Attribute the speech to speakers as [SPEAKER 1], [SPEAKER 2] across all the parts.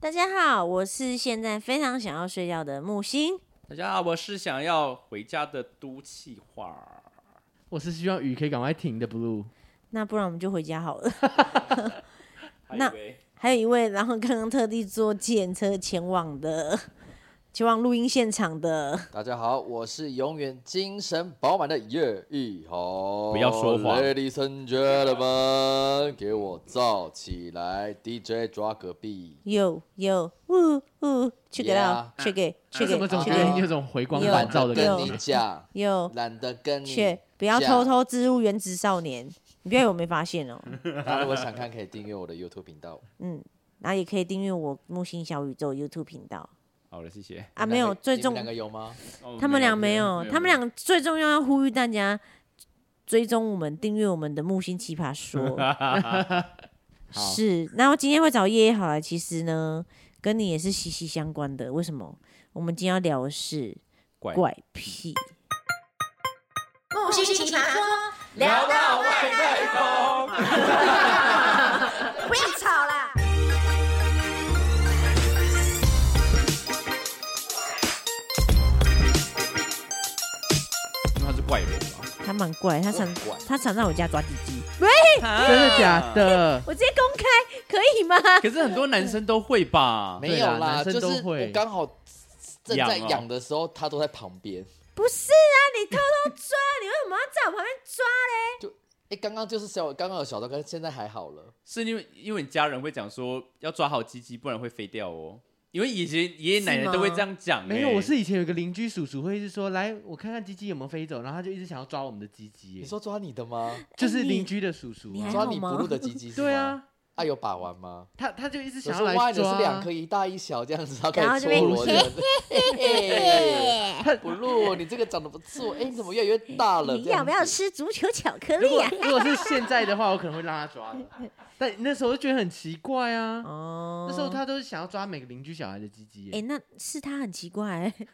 [SPEAKER 1] 大家好，我是现在非常想要睡觉的木星。
[SPEAKER 2] 大家好，我是想要回家的都气话。
[SPEAKER 3] 我是希望雨可以赶快停的 Blue。
[SPEAKER 1] 那不然我们就回家好了。
[SPEAKER 2] 还
[SPEAKER 1] 那
[SPEAKER 2] 以为
[SPEAKER 1] 还有一位，然后刚刚特地坐电车前往的，前往录音现场的，
[SPEAKER 4] 大家好，我是永远精神饱满的叶一豪。
[SPEAKER 2] 不要说谎
[SPEAKER 4] ，Ladies and gentlemen，给我燥起来！DJ 抓隔壁，
[SPEAKER 1] 有有呜呜，check it
[SPEAKER 4] Yeah
[SPEAKER 1] out，check it，check
[SPEAKER 3] 为
[SPEAKER 1] it，
[SPEAKER 3] 什么总
[SPEAKER 1] check
[SPEAKER 3] 觉得
[SPEAKER 1] it
[SPEAKER 3] 你有种回光
[SPEAKER 1] 有
[SPEAKER 3] 返照的
[SPEAKER 4] 得
[SPEAKER 3] 感
[SPEAKER 4] 跟
[SPEAKER 3] 觉？
[SPEAKER 4] 你讲，
[SPEAKER 1] 有
[SPEAKER 4] 懒得跟你
[SPEAKER 1] 切
[SPEAKER 4] 讲。，
[SPEAKER 1] 不要偷偷植入原子少年，你不要以为我没发现哦。
[SPEAKER 4] 大家如果想看，可以订阅我的 YouTube 频道。
[SPEAKER 1] 然后也可以订阅我木星小宇宙 YouTube 频道
[SPEAKER 2] 好了，谢谢。
[SPEAKER 1] 啊，
[SPEAKER 4] 你们
[SPEAKER 1] 没有
[SPEAKER 4] 两个
[SPEAKER 1] 最
[SPEAKER 4] 你们
[SPEAKER 1] 重
[SPEAKER 4] 两个有吗？
[SPEAKER 1] 他们俩没有，他们
[SPEAKER 2] 俩
[SPEAKER 1] 俩最重要要呼吁大家追踪我们、订阅我们的木星奇葩说。是，那我今天会找叶叶好来，其实呢，跟你也是息息相关的。为什么？我们今天要聊的是
[SPEAKER 2] 怪
[SPEAKER 1] 怪癖。
[SPEAKER 5] 木星奇葩说，
[SPEAKER 2] 聊到外太空。
[SPEAKER 5] 不要吵啦！
[SPEAKER 2] 他是怪人吧？
[SPEAKER 1] 他蛮怪，他常
[SPEAKER 4] 怪
[SPEAKER 1] 他常在我家抓鸡鸡，
[SPEAKER 3] 真的假？的？
[SPEAKER 1] 我直接公开可以吗？
[SPEAKER 2] 可是很多男生都会吧？
[SPEAKER 4] 没有
[SPEAKER 3] 对啦
[SPEAKER 4] 啦，
[SPEAKER 3] 男
[SPEAKER 4] 就
[SPEAKER 3] 生
[SPEAKER 4] 是
[SPEAKER 3] 都
[SPEAKER 4] 我
[SPEAKER 3] 会
[SPEAKER 4] 刚好正
[SPEAKER 2] 痒
[SPEAKER 4] 在
[SPEAKER 2] 哦
[SPEAKER 4] 养的时候，他都在旁边。
[SPEAKER 1] 不是啊，你偷偷抓，你为什么要在我旁边抓嘞？
[SPEAKER 4] 哎，刚刚就是小，刚刚有小到，跟现在还好了。
[SPEAKER 2] 是因为因为你家人会讲说要抓好鸡鸡，不然会飞掉哦。因为以前爷爷奶奶都会这样讲、欸。
[SPEAKER 3] 没有，我是以前有一个邻居叔叔会是说，来我看看鸡鸡有没有飞走，然后他就一直想要抓我们的鸡鸡。
[SPEAKER 4] 你说抓你的吗？
[SPEAKER 3] 就是邻居的叔叔
[SPEAKER 1] 你还好
[SPEAKER 3] 啊。
[SPEAKER 4] 抓你不
[SPEAKER 1] 吗
[SPEAKER 4] 入的鸡鸡是 吗？
[SPEAKER 3] 对，啊，
[SPEAKER 4] 啊有把玩吗？
[SPEAKER 3] 他他就一直
[SPEAKER 4] 有
[SPEAKER 3] 想要
[SPEAKER 4] 时候
[SPEAKER 3] 来
[SPEAKER 4] 挖你的
[SPEAKER 3] 抓
[SPEAKER 4] 是两颗，
[SPEAKER 3] 啊。
[SPEAKER 4] 一大一小这样子，然后开
[SPEAKER 1] 然后
[SPEAKER 4] 始
[SPEAKER 1] 这
[SPEAKER 4] 搓
[SPEAKER 1] 边
[SPEAKER 4] 罗这样子。嘿嘿嘿 不露，你这个长得不错，哎，你怎么越来越大了？
[SPEAKER 1] 你
[SPEAKER 4] 这样
[SPEAKER 1] 要不要
[SPEAKER 4] 子？
[SPEAKER 1] 吃足球巧克
[SPEAKER 3] 如
[SPEAKER 1] 力
[SPEAKER 3] 果
[SPEAKER 1] 啊？
[SPEAKER 3] 如果是现在的话，我可能会让他 抓的，但那时候就觉得很奇怪啊。
[SPEAKER 4] 嗯
[SPEAKER 1] 哦
[SPEAKER 3] 那时候他都是想要抓每个邻居小孩的鸡鸡
[SPEAKER 1] 哎、
[SPEAKER 3] 耶。
[SPEAKER 1] 那是他很奇怪、欸。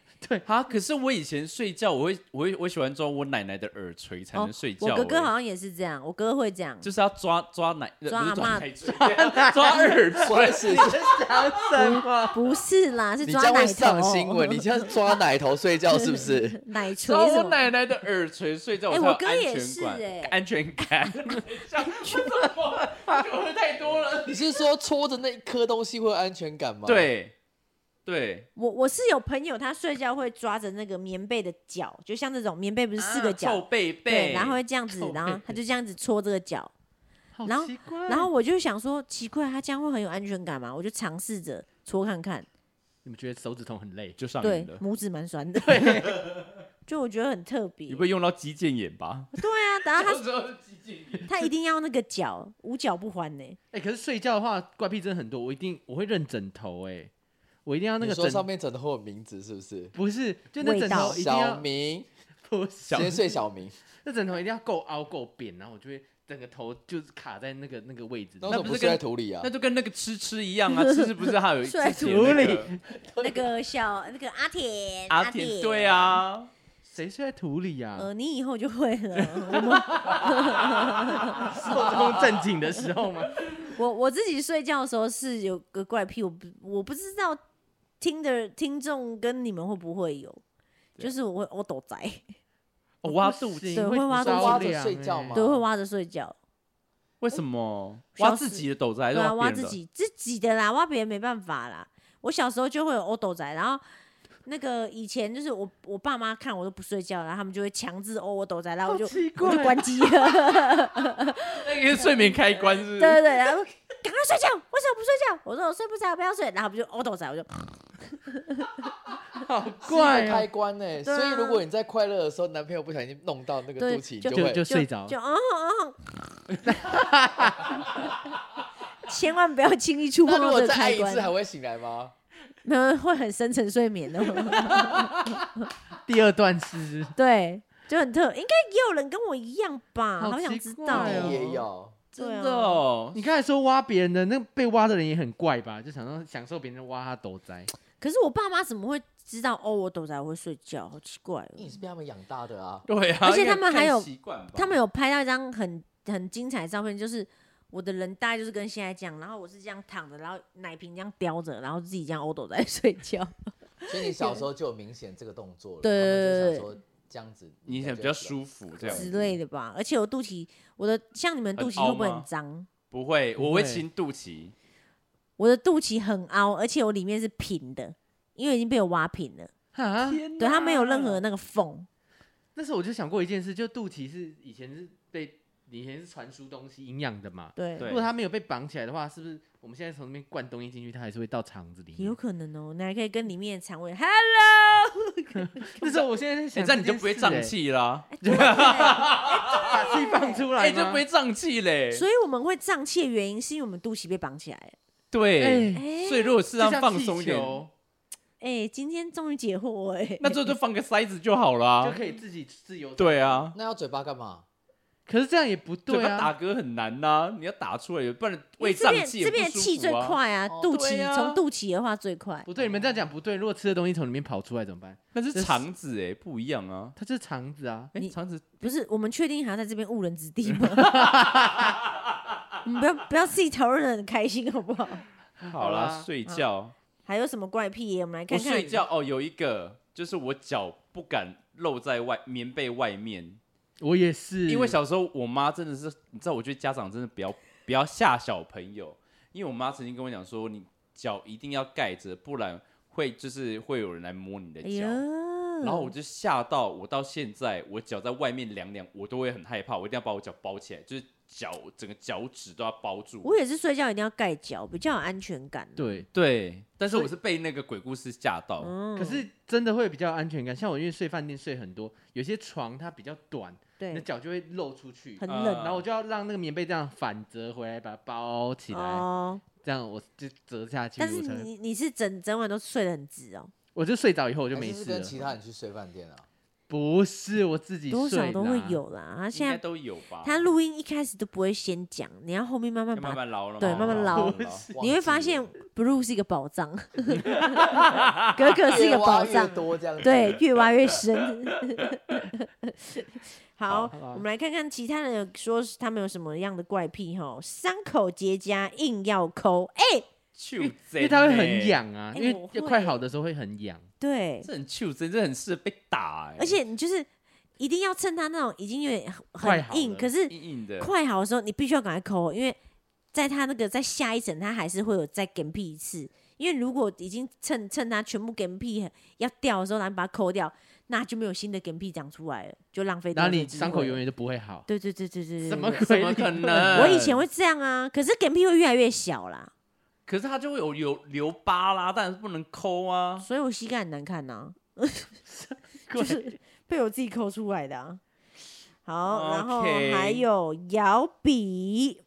[SPEAKER 2] 啊，可是我以前睡觉，我会我会我喜欢抓我奶奶的耳垂才能睡觉、
[SPEAKER 1] 哦我哥哥
[SPEAKER 2] 欸
[SPEAKER 1] 好像也是这样，我哥哥会这样。
[SPEAKER 2] 就是要抓抓奶，呃不是
[SPEAKER 1] 抓阿嬷
[SPEAKER 2] 奶嘴 抓耳
[SPEAKER 4] 我也
[SPEAKER 2] 垂。
[SPEAKER 4] 是，
[SPEAKER 3] 想什么？
[SPEAKER 1] 不是啦，是
[SPEAKER 4] 你
[SPEAKER 1] 抓
[SPEAKER 4] 这样
[SPEAKER 1] 奶
[SPEAKER 4] 会
[SPEAKER 1] 头。
[SPEAKER 4] 上新闻，你这样抓奶头睡觉是不是？
[SPEAKER 1] 奶锤
[SPEAKER 2] 抓
[SPEAKER 1] 什
[SPEAKER 2] 我
[SPEAKER 1] 么？
[SPEAKER 2] 奶奶的耳垂睡觉，
[SPEAKER 1] 哎
[SPEAKER 2] 才有
[SPEAKER 1] 我哥也
[SPEAKER 2] 安
[SPEAKER 1] 是
[SPEAKER 2] 全感，
[SPEAKER 1] 哎
[SPEAKER 2] 安 全感。我就喝太多了。
[SPEAKER 4] 你是说戳着那一颗东西会有安全感吗？，
[SPEAKER 2] 对，对，
[SPEAKER 1] 我我是有朋友，他睡觉会抓着那个棉被的角，就像这种棉被不是四个角，
[SPEAKER 2] 啊臭贝
[SPEAKER 1] 对，
[SPEAKER 2] 贝，
[SPEAKER 1] 然后会这样子
[SPEAKER 2] 臭，
[SPEAKER 1] 然后
[SPEAKER 2] 贝
[SPEAKER 1] 他就这样子戳这个 角，
[SPEAKER 3] 好
[SPEAKER 1] 然后
[SPEAKER 3] 奇怪。
[SPEAKER 1] 然后我就想说，奇怪，他这样会很有安全感吗？我就尝试着戳看看，
[SPEAKER 3] 你们觉得手指头很累？
[SPEAKER 2] 就上
[SPEAKER 1] 对
[SPEAKER 2] 瘾，了。
[SPEAKER 1] 拇指蛮酸的， 就我觉得很特别
[SPEAKER 2] 你。不会用到肌腱炎 吧？
[SPEAKER 1] 对啊，然后
[SPEAKER 2] 那时候是肌腱炎。
[SPEAKER 1] 他他一定要那个角，无角不欢呢、
[SPEAKER 3] 哎、可是睡觉的话，怪癖真的很多。我一定我会认枕头、哎，我一定要那
[SPEAKER 4] 你
[SPEAKER 3] 个
[SPEAKER 4] 说
[SPEAKER 3] 枕，
[SPEAKER 4] 上面枕头会有名字是不是？
[SPEAKER 3] 不是就那
[SPEAKER 1] 味
[SPEAKER 3] 枕
[SPEAKER 1] 道
[SPEAKER 3] 头一定
[SPEAKER 4] 小
[SPEAKER 3] 要
[SPEAKER 4] 明，
[SPEAKER 3] 不是
[SPEAKER 4] 先睡小明，
[SPEAKER 3] 那枕头一定要够凹够扁，然后我就会整个头就是卡在那个那个位置。
[SPEAKER 4] 那为什么
[SPEAKER 2] 不
[SPEAKER 4] 不
[SPEAKER 2] 是
[SPEAKER 4] 睡
[SPEAKER 2] 跟
[SPEAKER 4] 在土里啊
[SPEAKER 2] 那？就跟那个吃吃一 样啊，吃吃不是还有
[SPEAKER 1] 睡在
[SPEAKER 2] 之前那个
[SPEAKER 3] 土
[SPEAKER 1] 那个小那个阿田，
[SPEAKER 2] 啊阿田对，啊，
[SPEAKER 3] 谁睡在土里
[SPEAKER 2] 嗯
[SPEAKER 3] 啊呀、
[SPEAKER 1] 呃，你以后就会了。我们
[SPEAKER 3] 是我这么正经的时候
[SPEAKER 1] 呃
[SPEAKER 3] 吗？
[SPEAKER 1] 我我自己睡觉的时候是有个怪癖，我不我不知道听的听众跟你们会不会有，
[SPEAKER 2] 对
[SPEAKER 1] 就是我会我抖宅，
[SPEAKER 2] 哦挖肚
[SPEAKER 3] 不
[SPEAKER 2] 子，
[SPEAKER 3] 行
[SPEAKER 1] 对会挖
[SPEAKER 3] 不着
[SPEAKER 1] 肚
[SPEAKER 4] 子
[SPEAKER 3] 凉
[SPEAKER 4] 睡觉
[SPEAKER 3] 哎
[SPEAKER 4] 吗
[SPEAKER 1] 对，啊会挖着睡觉，
[SPEAKER 2] 为什么
[SPEAKER 1] 小
[SPEAKER 2] 挖自己的斗子还
[SPEAKER 1] 对
[SPEAKER 2] 是
[SPEAKER 1] 啊，
[SPEAKER 2] 挖
[SPEAKER 1] 挖
[SPEAKER 2] 别人
[SPEAKER 1] 自
[SPEAKER 2] 的？
[SPEAKER 1] 己自己的啦，挖别人没办法啦。我小时候就会有欧斗宅，然后那个以前就是我我爸妈看我都不睡觉，然后他们就会强制哦欧我斗宅，然后我就
[SPEAKER 3] 好奇
[SPEAKER 1] 我就
[SPEAKER 3] 怪啊
[SPEAKER 1] 关机了。
[SPEAKER 2] 那个是睡眠开关是不是？
[SPEAKER 1] 对对啊对， 然后赶快睡觉，为什么不睡觉？我说我睡不着，不要睡，然后我就哦抖仔，我就
[SPEAKER 3] 好
[SPEAKER 4] 是一个
[SPEAKER 3] 怪啊
[SPEAKER 4] 开！关呢、
[SPEAKER 1] 对啊
[SPEAKER 4] 所以如果你在快乐的时候，男朋友不小心弄到那个
[SPEAKER 1] 对
[SPEAKER 4] 肚脐，你
[SPEAKER 1] 就
[SPEAKER 4] 就
[SPEAKER 3] 就
[SPEAKER 4] 会
[SPEAKER 3] 就睡着，
[SPEAKER 1] 就哦哦， 千万不要轻易触
[SPEAKER 4] 那
[SPEAKER 1] 碰
[SPEAKER 4] 如
[SPEAKER 1] 到
[SPEAKER 4] 果
[SPEAKER 1] 这个
[SPEAKER 4] 再爱
[SPEAKER 1] 开
[SPEAKER 4] 一次，还
[SPEAKER 1] 关，
[SPEAKER 4] 会醒来吗？
[SPEAKER 1] 那会很深层睡眠的。
[SPEAKER 3] 第二段是
[SPEAKER 1] 对，就很特，应该也有人跟我一样吧，
[SPEAKER 3] 好
[SPEAKER 1] 好想
[SPEAKER 3] 奇
[SPEAKER 1] 知
[SPEAKER 3] 怪
[SPEAKER 1] 道
[SPEAKER 3] 哎
[SPEAKER 4] 你
[SPEAKER 3] 哦
[SPEAKER 1] 哦。
[SPEAKER 4] 也有，
[SPEAKER 2] 真的哦，
[SPEAKER 3] 你刚才说挖别人的，那被挖的人也很怪吧？就想说享受别人挖他斗宅，
[SPEAKER 1] 可是我爸妈怎么会知道哦？我抖仔会睡觉，好奇怪哦。
[SPEAKER 4] 你是被他们养大的啊。
[SPEAKER 2] 对啊，
[SPEAKER 1] 而且他们还有
[SPEAKER 2] 习惯吧，
[SPEAKER 1] 他们有拍到一张很很精彩的照片，就是我的人大概就是跟现在这样，然后我是这样躺着，然后奶瓶这样叼着，然后自己这样欧斗在睡觉。
[SPEAKER 4] 所以你小时候就有明显这个动作了，
[SPEAKER 1] 对
[SPEAKER 4] 他们
[SPEAKER 1] 对
[SPEAKER 4] 就想说这样子，
[SPEAKER 2] 你想比较舒服这样
[SPEAKER 1] 之
[SPEAKER 2] 子。
[SPEAKER 1] 类的吧。而且我肚脐，我的像你们
[SPEAKER 2] 很
[SPEAKER 1] 肚脐会不会
[SPEAKER 2] 凹吗
[SPEAKER 1] 很脏？
[SPEAKER 2] 不会，
[SPEAKER 3] 不会
[SPEAKER 2] 我会亲肚脐，
[SPEAKER 1] 我的肚脐很凹，而且我里面是平的，因为已经被我挖平了，
[SPEAKER 3] 啊，
[SPEAKER 1] 对，它没有任何那个缝。
[SPEAKER 3] 那时候我就想过一件事，就肚脐是以前是被以前是传输东西营养的嘛，
[SPEAKER 1] 对，
[SPEAKER 2] 对
[SPEAKER 3] 如果它没有被绑起来的话，是不是我们现在从那边灌东西进去，它还是会到肠子里面？
[SPEAKER 1] 有可能哦，你还可以跟里面的肠 胃 “hello”，
[SPEAKER 3] 那时候我现在在
[SPEAKER 2] 哎
[SPEAKER 3] 想、
[SPEAKER 2] 这样你就不会
[SPEAKER 3] 欸
[SPEAKER 2] 胀，气啦，
[SPEAKER 1] 哎
[SPEAKER 3] 把气放出来
[SPEAKER 2] 哎，
[SPEAKER 3] 吗，
[SPEAKER 2] 就不会胀气嘞。
[SPEAKER 1] 啊所以我们会胀气的原因是因为我们肚脐被绑起来了。
[SPEAKER 2] 对，
[SPEAKER 3] 哎，
[SPEAKER 1] 哎
[SPEAKER 2] 嗯所以如果适
[SPEAKER 3] 就
[SPEAKER 2] 当
[SPEAKER 3] 像
[SPEAKER 2] 放
[SPEAKER 3] 气
[SPEAKER 2] 松一点，
[SPEAKER 3] 球
[SPEAKER 1] 哎，今天终于解惑我哎，
[SPEAKER 2] 那最后就放个塞子就好啦
[SPEAKER 3] 就。可以自己自由。，
[SPEAKER 2] 对啊，
[SPEAKER 4] 那要嘴巴干嘛？
[SPEAKER 3] 可是这样也不
[SPEAKER 2] 嘴
[SPEAKER 3] 对
[SPEAKER 2] 巴打
[SPEAKER 3] 啊。
[SPEAKER 2] 嗝很难呐，你要打出来，不然
[SPEAKER 1] 因
[SPEAKER 2] 胃
[SPEAKER 1] 为这
[SPEAKER 2] 胀
[SPEAKER 1] 边
[SPEAKER 2] 气
[SPEAKER 1] 这
[SPEAKER 2] 也不
[SPEAKER 1] 边的气
[SPEAKER 2] 舒
[SPEAKER 1] 最
[SPEAKER 2] 服啊。
[SPEAKER 1] 快啊
[SPEAKER 4] 哦，
[SPEAKER 1] 肚
[SPEAKER 2] 对
[SPEAKER 1] 脐
[SPEAKER 2] 啊
[SPEAKER 1] 从肚脐的话最快。
[SPEAKER 3] 不对，你们这样讲不对。如果吃的东西从里面跑出来怎么办？
[SPEAKER 2] 那
[SPEAKER 3] 这
[SPEAKER 2] 是
[SPEAKER 3] 是
[SPEAKER 2] 肠子哎，不一样啊。
[SPEAKER 3] 它就是肠子啊。
[SPEAKER 2] 哎，
[SPEAKER 1] 你
[SPEAKER 2] 肠子
[SPEAKER 1] 不是，我们确定还要在这边误人子弟吗？我们不要不要自己讨论的很开心好不好？
[SPEAKER 2] 好啦，
[SPEAKER 3] 啦
[SPEAKER 2] 睡觉。
[SPEAKER 1] 还有什么怪癖耶？我们来
[SPEAKER 2] 我
[SPEAKER 1] 看看。
[SPEAKER 2] 睡觉哦，有一个就是我脚不敢露在外棉被外面，
[SPEAKER 3] 我也是，
[SPEAKER 2] 因为小时候我妈真的是，你知道，我觉得家长真的不要不要吓小朋友，因为我妈曾经跟我讲说，你脚一定要盖着，不然会就是会有人来摸你的
[SPEAKER 1] 哎
[SPEAKER 2] 脚。
[SPEAKER 1] 呦，
[SPEAKER 2] 然后我就吓到，我到现在我脚在外面凉凉，我都会很害怕，我一定要把我脚包起来，就是脚整个脚趾都要包住。
[SPEAKER 1] 我也是睡觉一定要盖脚，比较有安全感。，
[SPEAKER 3] 对，
[SPEAKER 2] 对，哦但是我是被那个鬼故事吓到，
[SPEAKER 1] 嗯
[SPEAKER 3] 可是真的会比较有安全感。像我因为睡饭店睡很多，有些床它比较短，你的
[SPEAKER 1] 对，
[SPEAKER 3] 脚就会露出去，
[SPEAKER 1] 很
[SPEAKER 2] 呃
[SPEAKER 1] 冷
[SPEAKER 3] 然后我就要让那个棉被这样反折回来，把它包起来，
[SPEAKER 1] 哦。
[SPEAKER 3] 这样我就折下去，
[SPEAKER 1] 但是
[SPEAKER 3] 我才会
[SPEAKER 1] 你你是整整晚都睡得很直哦，
[SPEAKER 3] 我就睡着以后我就
[SPEAKER 4] 还
[SPEAKER 3] 没
[SPEAKER 4] 是不是
[SPEAKER 3] 事了
[SPEAKER 4] 跟。其他人去睡饭店啊？
[SPEAKER 3] 不是我自己睡
[SPEAKER 1] 多
[SPEAKER 3] 啦，
[SPEAKER 1] 少都会有啦。他
[SPEAKER 2] 应
[SPEAKER 1] 现
[SPEAKER 2] 该
[SPEAKER 1] 在
[SPEAKER 2] 都有吧？
[SPEAKER 1] 他录音一开始都不会先讲，你要后面慢慢
[SPEAKER 2] 要
[SPEAKER 1] 把
[SPEAKER 2] 慢慢捞了吗，
[SPEAKER 1] 对慢慢捞
[SPEAKER 2] 了
[SPEAKER 4] 忘
[SPEAKER 1] 你会发
[SPEAKER 4] 记
[SPEAKER 1] 现
[SPEAKER 4] 了
[SPEAKER 1] Blue 是一个宝藏，格格是一
[SPEAKER 4] 越
[SPEAKER 1] 个
[SPEAKER 4] 挖
[SPEAKER 1] 宝
[SPEAKER 4] 越
[SPEAKER 1] 藏，
[SPEAKER 4] 多这样 子。
[SPEAKER 1] 对，越挖越深。好，
[SPEAKER 3] 好吧
[SPEAKER 1] 我们来看看其他人有说是他们有什么样的怪癖哈。三口结痂硬要抠，哎、
[SPEAKER 2] 因
[SPEAKER 3] 因
[SPEAKER 2] 为
[SPEAKER 3] 为它会很，痒啊，
[SPEAKER 1] 哎
[SPEAKER 3] 因为
[SPEAKER 1] 我
[SPEAKER 3] 要
[SPEAKER 1] 会
[SPEAKER 3] 快好的时候会很痒。
[SPEAKER 1] 对，
[SPEAKER 2] 这很 Q 真，这很适合被打、欸，
[SPEAKER 1] 而且你就是一定要趁他那种已经有点
[SPEAKER 3] 快
[SPEAKER 1] 很
[SPEAKER 3] 好
[SPEAKER 1] 硬，
[SPEAKER 3] 了
[SPEAKER 1] 可是
[SPEAKER 2] 硬硬的，
[SPEAKER 1] 快好的时候，你必须要赶快抠，因为在他那个在下一层，他还是会有再跟屁一次。因为如果已经趁趁他全部跟屁要掉的时候，然后把它抠掉，那就没有新的跟屁长出来了，就浪费掉
[SPEAKER 3] 然
[SPEAKER 1] 这
[SPEAKER 3] 后
[SPEAKER 1] 个机会。
[SPEAKER 3] 你伤口永远都不会好。
[SPEAKER 1] 对对对对对对，
[SPEAKER 3] 什么
[SPEAKER 1] 对
[SPEAKER 3] 鬼
[SPEAKER 2] 怎么可能？
[SPEAKER 1] 我以前，会这样啊，可是梗屁会越来越小啦，
[SPEAKER 2] 可是它就会有留留疤啦，但是不能抠啊。
[SPEAKER 1] 所以我膝盖很难看啊呐、 就是被我自己抠出来的、啊。好，然后
[SPEAKER 2] OK
[SPEAKER 1] 还有摇笔，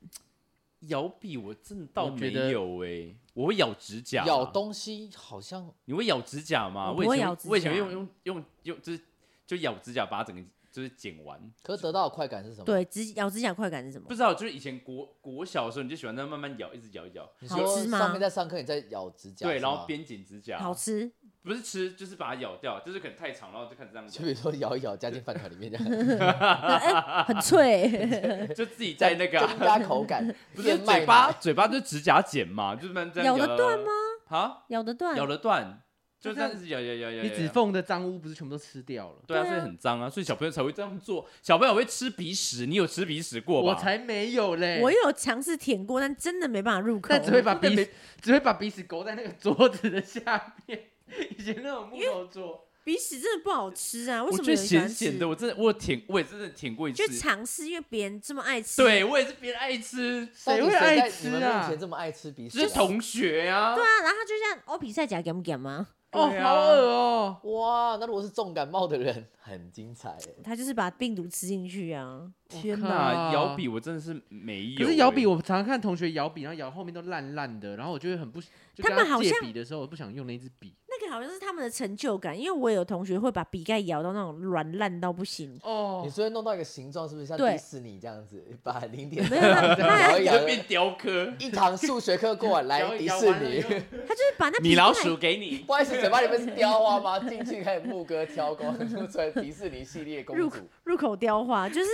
[SPEAKER 2] 咬笔我真的倒
[SPEAKER 3] 我觉
[SPEAKER 2] 没
[SPEAKER 3] 得
[SPEAKER 2] 有哎、我会咬指甲啊，
[SPEAKER 4] 咬东西好像
[SPEAKER 2] 你会咬指甲吗？
[SPEAKER 1] 我
[SPEAKER 2] 以
[SPEAKER 1] 不会
[SPEAKER 2] 前
[SPEAKER 1] 咬指
[SPEAKER 2] 我以前
[SPEAKER 1] 甲
[SPEAKER 2] 用用用用就是就咬指甲把它整个就是剪完，
[SPEAKER 4] 可是得到的快感是什么？，
[SPEAKER 1] 对，指咬指甲快感是什么
[SPEAKER 2] 不？知道就是以前国国小的时候你就喜欢在那慢慢咬，一直咬一直咬，
[SPEAKER 4] 你
[SPEAKER 1] 好
[SPEAKER 4] 说
[SPEAKER 1] 吃吗
[SPEAKER 4] 上面在上课，你在咬指甲是吗，
[SPEAKER 2] 对，然后边剪指甲，
[SPEAKER 1] 好 吃，
[SPEAKER 2] 不是吃就是把它咬掉，就是可能太长，然后就开始这样
[SPEAKER 4] 就比
[SPEAKER 2] 咬，
[SPEAKER 4] 如说咬一咬，加进饭团 里面这样，
[SPEAKER 1] 哎很脆。
[SPEAKER 2] 就自己在那个啊
[SPEAKER 4] 增加口感，
[SPEAKER 2] 不是
[SPEAKER 4] 燕麦
[SPEAKER 2] 嘴巴
[SPEAKER 4] 奶
[SPEAKER 2] 嘴巴就是指甲剪嘛，就是慢慢这样
[SPEAKER 1] 咬得断
[SPEAKER 2] 吗？啊，
[SPEAKER 1] 咬得断，
[SPEAKER 2] 咬得断，就
[SPEAKER 3] 就
[SPEAKER 2] 这
[SPEAKER 3] 这
[SPEAKER 2] 样
[SPEAKER 3] 样
[SPEAKER 2] 子咬咬咬咬。
[SPEAKER 3] 你
[SPEAKER 2] 咬
[SPEAKER 3] 指缝的脏污不是全部都吃掉了？
[SPEAKER 2] 对啊，
[SPEAKER 1] 对啊
[SPEAKER 2] 所以很脏啊，所以小朋友才会这样做。小朋友会吃鼻屎，你有吃鼻屎过
[SPEAKER 3] 我
[SPEAKER 2] 吧？
[SPEAKER 3] 才没有嘞，
[SPEAKER 1] 我有尝试舔过， 但真的没办法入口。
[SPEAKER 3] 但只会把鼻只会把鼻屎勾在那个桌子的下面。 以前那种木头桌，
[SPEAKER 1] 鼻屎真的不好吃啊！为
[SPEAKER 2] 我
[SPEAKER 1] 什么
[SPEAKER 2] 觉
[SPEAKER 1] 有
[SPEAKER 2] 得
[SPEAKER 1] 人喜
[SPEAKER 2] 咸
[SPEAKER 1] 欢
[SPEAKER 2] 咸
[SPEAKER 1] 吃？
[SPEAKER 2] 的，我真的我有舔，我也真的舔过一次
[SPEAKER 1] 就。尝试，因为别人这么爱吃。
[SPEAKER 2] 对我也是别人爱吃，
[SPEAKER 4] 到
[SPEAKER 3] 谁
[SPEAKER 4] 底
[SPEAKER 3] 会
[SPEAKER 4] 在
[SPEAKER 3] 爱
[SPEAKER 4] 你
[SPEAKER 3] 吃
[SPEAKER 4] 们面
[SPEAKER 3] 啊
[SPEAKER 4] 前？这么爱吃鼻
[SPEAKER 2] 只
[SPEAKER 4] 屎
[SPEAKER 2] 是
[SPEAKER 4] 啊？
[SPEAKER 2] 同学啊。
[SPEAKER 1] 对啊，然后他就像欧比赛夹给不给吗？
[SPEAKER 3] 哦，
[SPEAKER 2] 对啊
[SPEAKER 3] 好恶哦！
[SPEAKER 4] 哇，那如果是重感冒的人，很精彩耶。
[SPEAKER 1] 他就是把病毒吃进去啊。
[SPEAKER 2] 天哪，
[SPEAKER 3] 哪
[SPEAKER 2] 摇笔我真的是没有欸。
[SPEAKER 3] 可是摇笔，我常常看同学摇笔，然后摇后面都烂烂的，然后我就会很不，就
[SPEAKER 1] 他
[SPEAKER 3] 跟
[SPEAKER 1] 们好
[SPEAKER 3] 借
[SPEAKER 1] 像
[SPEAKER 3] 笔的时候，我不想用那支笔。
[SPEAKER 1] 那个好像是他们的成就感，因为我有同学会把笔盖咬到那种软烂到不行，
[SPEAKER 3] 哦
[SPEAKER 4] 你，昨天弄到一个形状，是不是像
[SPEAKER 1] 对
[SPEAKER 4] 迪士尼这样子， 把零点
[SPEAKER 1] 没有那那
[SPEAKER 4] 摇一
[SPEAKER 2] 你
[SPEAKER 4] 摇
[SPEAKER 2] 就，变雕刻，
[SPEAKER 4] 一堂数学课过 完来迪士尼，
[SPEAKER 1] 他就是把那笔
[SPEAKER 2] 米老
[SPEAKER 1] 盖
[SPEAKER 2] 鼠给你。
[SPEAKER 4] 不好意思，嘴巴里面是雕花吗？进去开始牧歌挑光，露出来迪士尼系列公
[SPEAKER 1] 入口
[SPEAKER 4] 主。
[SPEAKER 1] 入口雕花，就是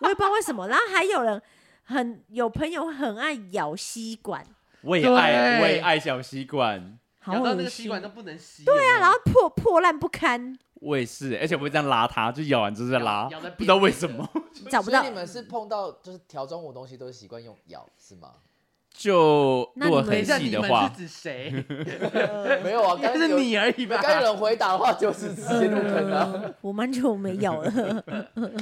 [SPEAKER 1] 我也不知道为什么。然后还有人很有朋友很爱咬吸管，
[SPEAKER 2] 为
[SPEAKER 3] 对
[SPEAKER 2] 爱为爱小吸管，
[SPEAKER 1] 好
[SPEAKER 3] 咬到那
[SPEAKER 1] 恶
[SPEAKER 3] 个吸
[SPEAKER 1] 心。
[SPEAKER 3] 管都不能吸。
[SPEAKER 1] 对
[SPEAKER 3] 有没
[SPEAKER 1] 啊，
[SPEAKER 3] 有
[SPEAKER 1] 然后破破烂不堪，
[SPEAKER 2] 我也是，而且我会这样拉它，就咬完之后再拉
[SPEAKER 3] 咬咬得，
[SPEAKER 2] 不知道
[SPEAKER 3] 扁
[SPEAKER 2] 为
[SPEAKER 3] 扁
[SPEAKER 2] 什
[SPEAKER 3] 的
[SPEAKER 2] 么。
[SPEAKER 1] 找不到
[SPEAKER 4] 所以。你们是碰到就是调中午东西都是习惯用咬是吗？
[SPEAKER 2] 就
[SPEAKER 1] 那
[SPEAKER 2] 如果
[SPEAKER 1] 你们
[SPEAKER 2] 很
[SPEAKER 3] 等一下，
[SPEAKER 2] 细
[SPEAKER 3] 你
[SPEAKER 2] 的
[SPEAKER 3] 们
[SPEAKER 2] 话
[SPEAKER 3] 是，指 谁？
[SPEAKER 4] 没有啊，
[SPEAKER 3] 应该
[SPEAKER 4] 刚才
[SPEAKER 3] 是
[SPEAKER 4] 有
[SPEAKER 3] 你而已吧
[SPEAKER 4] 刚。才有人回答的话就是 直接入坑 啊。
[SPEAKER 1] 呃我蛮久没咬了，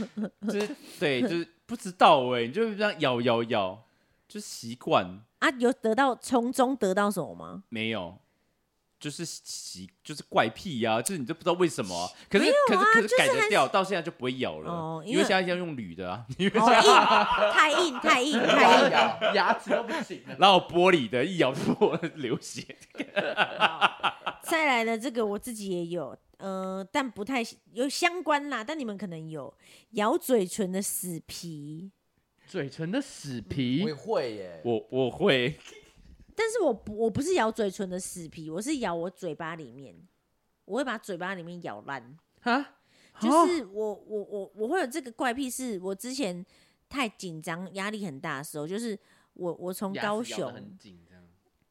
[SPEAKER 2] 就是对，就是不知道哎，你就这样咬咬咬，就习惯
[SPEAKER 1] 啊，有得到从中得到什么吗？
[SPEAKER 2] 没有。就是习，就是怪癖呀、就是你都不知道为什么啊、可是、可是可
[SPEAKER 1] 就是
[SPEAKER 2] 改
[SPEAKER 1] 还
[SPEAKER 2] 得掉，到现在就不会咬了，
[SPEAKER 1] 哦因
[SPEAKER 2] 因为
[SPEAKER 1] 为
[SPEAKER 2] 现在要用铝的啊， 因为
[SPEAKER 1] 好哦硬，太硬，太硬，太硬。
[SPEAKER 4] 咬
[SPEAKER 3] 牙齿都不行了。
[SPEAKER 2] 然后玻璃的一咬就 我流血，
[SPEAKER 1] 再来的这个我自己也有，呃，但不太有相关啦，但你们可能有咬嘴唇的死皮，
[SPEAKER 3] 嘴唇的死
[SPEAKER 4] 我
[SPEAKER 3] 皮
[SPEAKER 4] 也，会耶，
[SPEAKER 2] 我我会
[SPEAKER 1] 但是我不我不是咬嘴唇的死皮，我是咬我嘴巴里面，我会把嘴巴里面咬烂，
[SPEAKER 3] 啊，
[SPEAKER 1] 就
[SPEAKER 3] 哦
[SPEAKER 1] 是我我我我会有这个怪癖，是我之前太紧张、压力很大的时候，就是我我从
[SPEAKER 3] 牙齿
[SPEAKER 1] 高
[SPEAKER 3] 咬得
[SPEAKER 1] 雄
[SPEAKER 3] 很紧，这样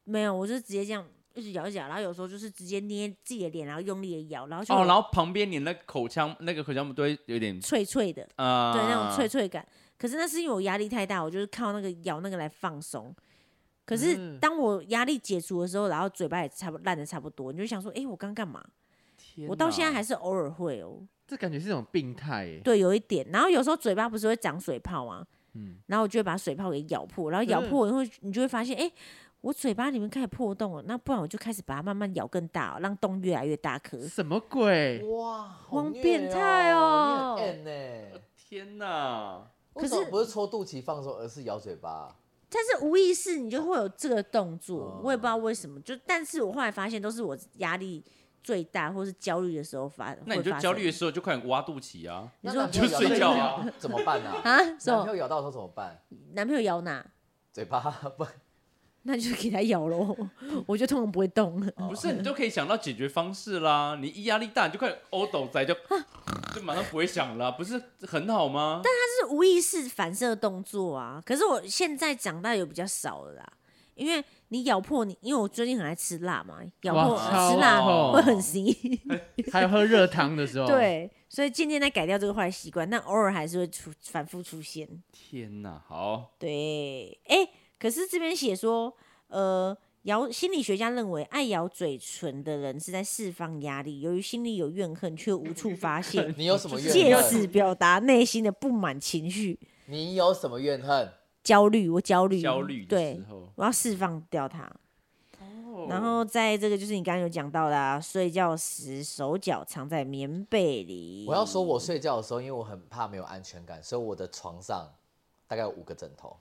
[SPEAKER 1] 没有，我就直接这样一直咬一直咬，然后有时候就是直接捏自己的脸，然后用力的咬，然后就
[SPEAKER 2] 哦，
[SPEAKER 1] 有
[SPEAKER 2] 然后旁边你那个口腔那个口腔不都会有点
[SPEAKER 1] 脆脆的，
[SPEAKER 2] 啊、
[SPEAKER 1] 对那种脆脆感。可是那是因为我压力太大，我就是靠那个咬那个来放松。可是
[SPEAKER 3] 嗯
[SPEAKER 1] 当我压力解除的时候，然后嘴巴也差不烂的差不多，你就想说，哎、我刚干嘛？
[SPEAKER 2] 脆
[SPEAKER 1] 我到现在还是偶尔会哦，
[SPEAKER 3] 这感觉是一种病态耶。
[SPEAKER 1] 对，有一点。然后有时候嘴巴不是会长水泡吗？
[SPEAKER 3] 嗯
[SPEAKER 1] 然后我就会把水泡给咬破，然后咬
[SPEAKER 3] 嗯
[SPEAKER 1] 破以后，你就会发现，哎、我嘴巴里面开始破洞了。那不然我就开始把它慢慢咬更大、哦，让洞越来越大颗。
[SPEAKER 3] 什么鬼？
[SPEAKER 4] 哇，好
[SPEAKER 1] 光
[SPEAKER 4] 虐
[SPEAKER 1] 变态哦
[SPEAKER 4] 哦，你很 N 呢。
[SPEAKER 2] 天哪！
[SPEAKER 1] 可
[SPEAKER 4] 可
[SPEAKER 1] 是
[SPEAKER 4] 是不是戳肚脐放松，而是咬嘴巴。
[SPEAKER 1] 但是无意识你就会有这个动作，
[SPEAKER 4] 哦
[SPEAKER 1] 我也不知道为什么。就但是我后来发现，都是我压力最大或是焦虑的时候发。
[SPEAKER 2] 那你
[SPEAKER 1] 会
[SPEAKER 2] 就
[SPEAKER 1] 发
[SPEAKER 2] 焦虑的
[SPEAKER 1] 生
[SPEAKER 2] 时候就快点挖肚脐啊！
[SPEAKER 1] 你
[SPEAKER 4] 那
[SPEAKER 1] 说
[SPEAKER 4] 男朋友咬
[SPEAKER 2] 就睡觉
[SPEAKER 4] 到
[SPEAKER 2] 啊
[SPEAKER 4] 的时候怎么办啊？
[SPEAKER 1] 啊？什
[SPEAKER 4] 男朋
[SPEAKER 1] 么？
[SPEAKER 4] 友咬到的时候怎么办？
[SPEAKER 1] 男朋友咬哪？
[SPEAKER 4] 嘴巴不，
[SPEAKER 1] 那就给他咬喽，
[SPEAKER 2] 哦
[SPEAKER 1] 我就通常不会动。
[SPEAKER 2] 不是，你都可以想到解决方式啦。你一压力大，你就快点欧斗仔就 就马上不会想了，不是很好吗？
[SPEAKER 1] 是无意识反射动作啊。可是我现在长大有比较少了啦，因为你咬破你，因为我最近很爱吃辣嘛，咬破
[SPEAKER 3] 哇
[SPEAKER 1] 吃
[SPEAKER 2] 超哦
[SPEAKER 1] 辣
[SPEAKER 2] 好
[SPEAKER 1] 会很腥，
[SPEAKER 3] 还有喝热汤的时 候，，
[SPEAKER 1] 对，所以渐渐在改掉这个坏习惯，但偶尔还是会出反复出现。
[SPEAKER 2] 天哪，好，
[SPEAKER 1] 对，哎、可是这边写说，呃，咬心理学家认为，爱咬嘴唇的人是在释放压力，由于心里有怨恨却无处发泄，
[SPEAKER 4] 你有什么
[SPEAKER 1] 借
[SPEAKER 4] 怨
[SPEAKER 1] 此
[SPEAKER 4] 恨？
[SPEAKER 1] 表达内心的不满情绪、
[SPEAKER 4] 你有什么怨恨？
[SPEAKER 1] 焦虑。我焦虑，哦
[SPEAKER 2] 焦虑的
[SPEAKER 1] 对
[SPEAKER 2] 时，
[SPEAKER 4] 嗯
[SPEAKER 2] 候，
[SPEAKER 1] 我要释放掉它。
[SPEAKER 4] 哦
[SPEAKER 3] 哦
[SPEAKER 1] 然后在这个就是你刚刚有讲到的、啊，睡觉时手脚藏在棉被里。
[SPEAKER 4] 我要说，我睡觉的时候，因为我很怕没有安全感，所以我的床上大概有五个枕头，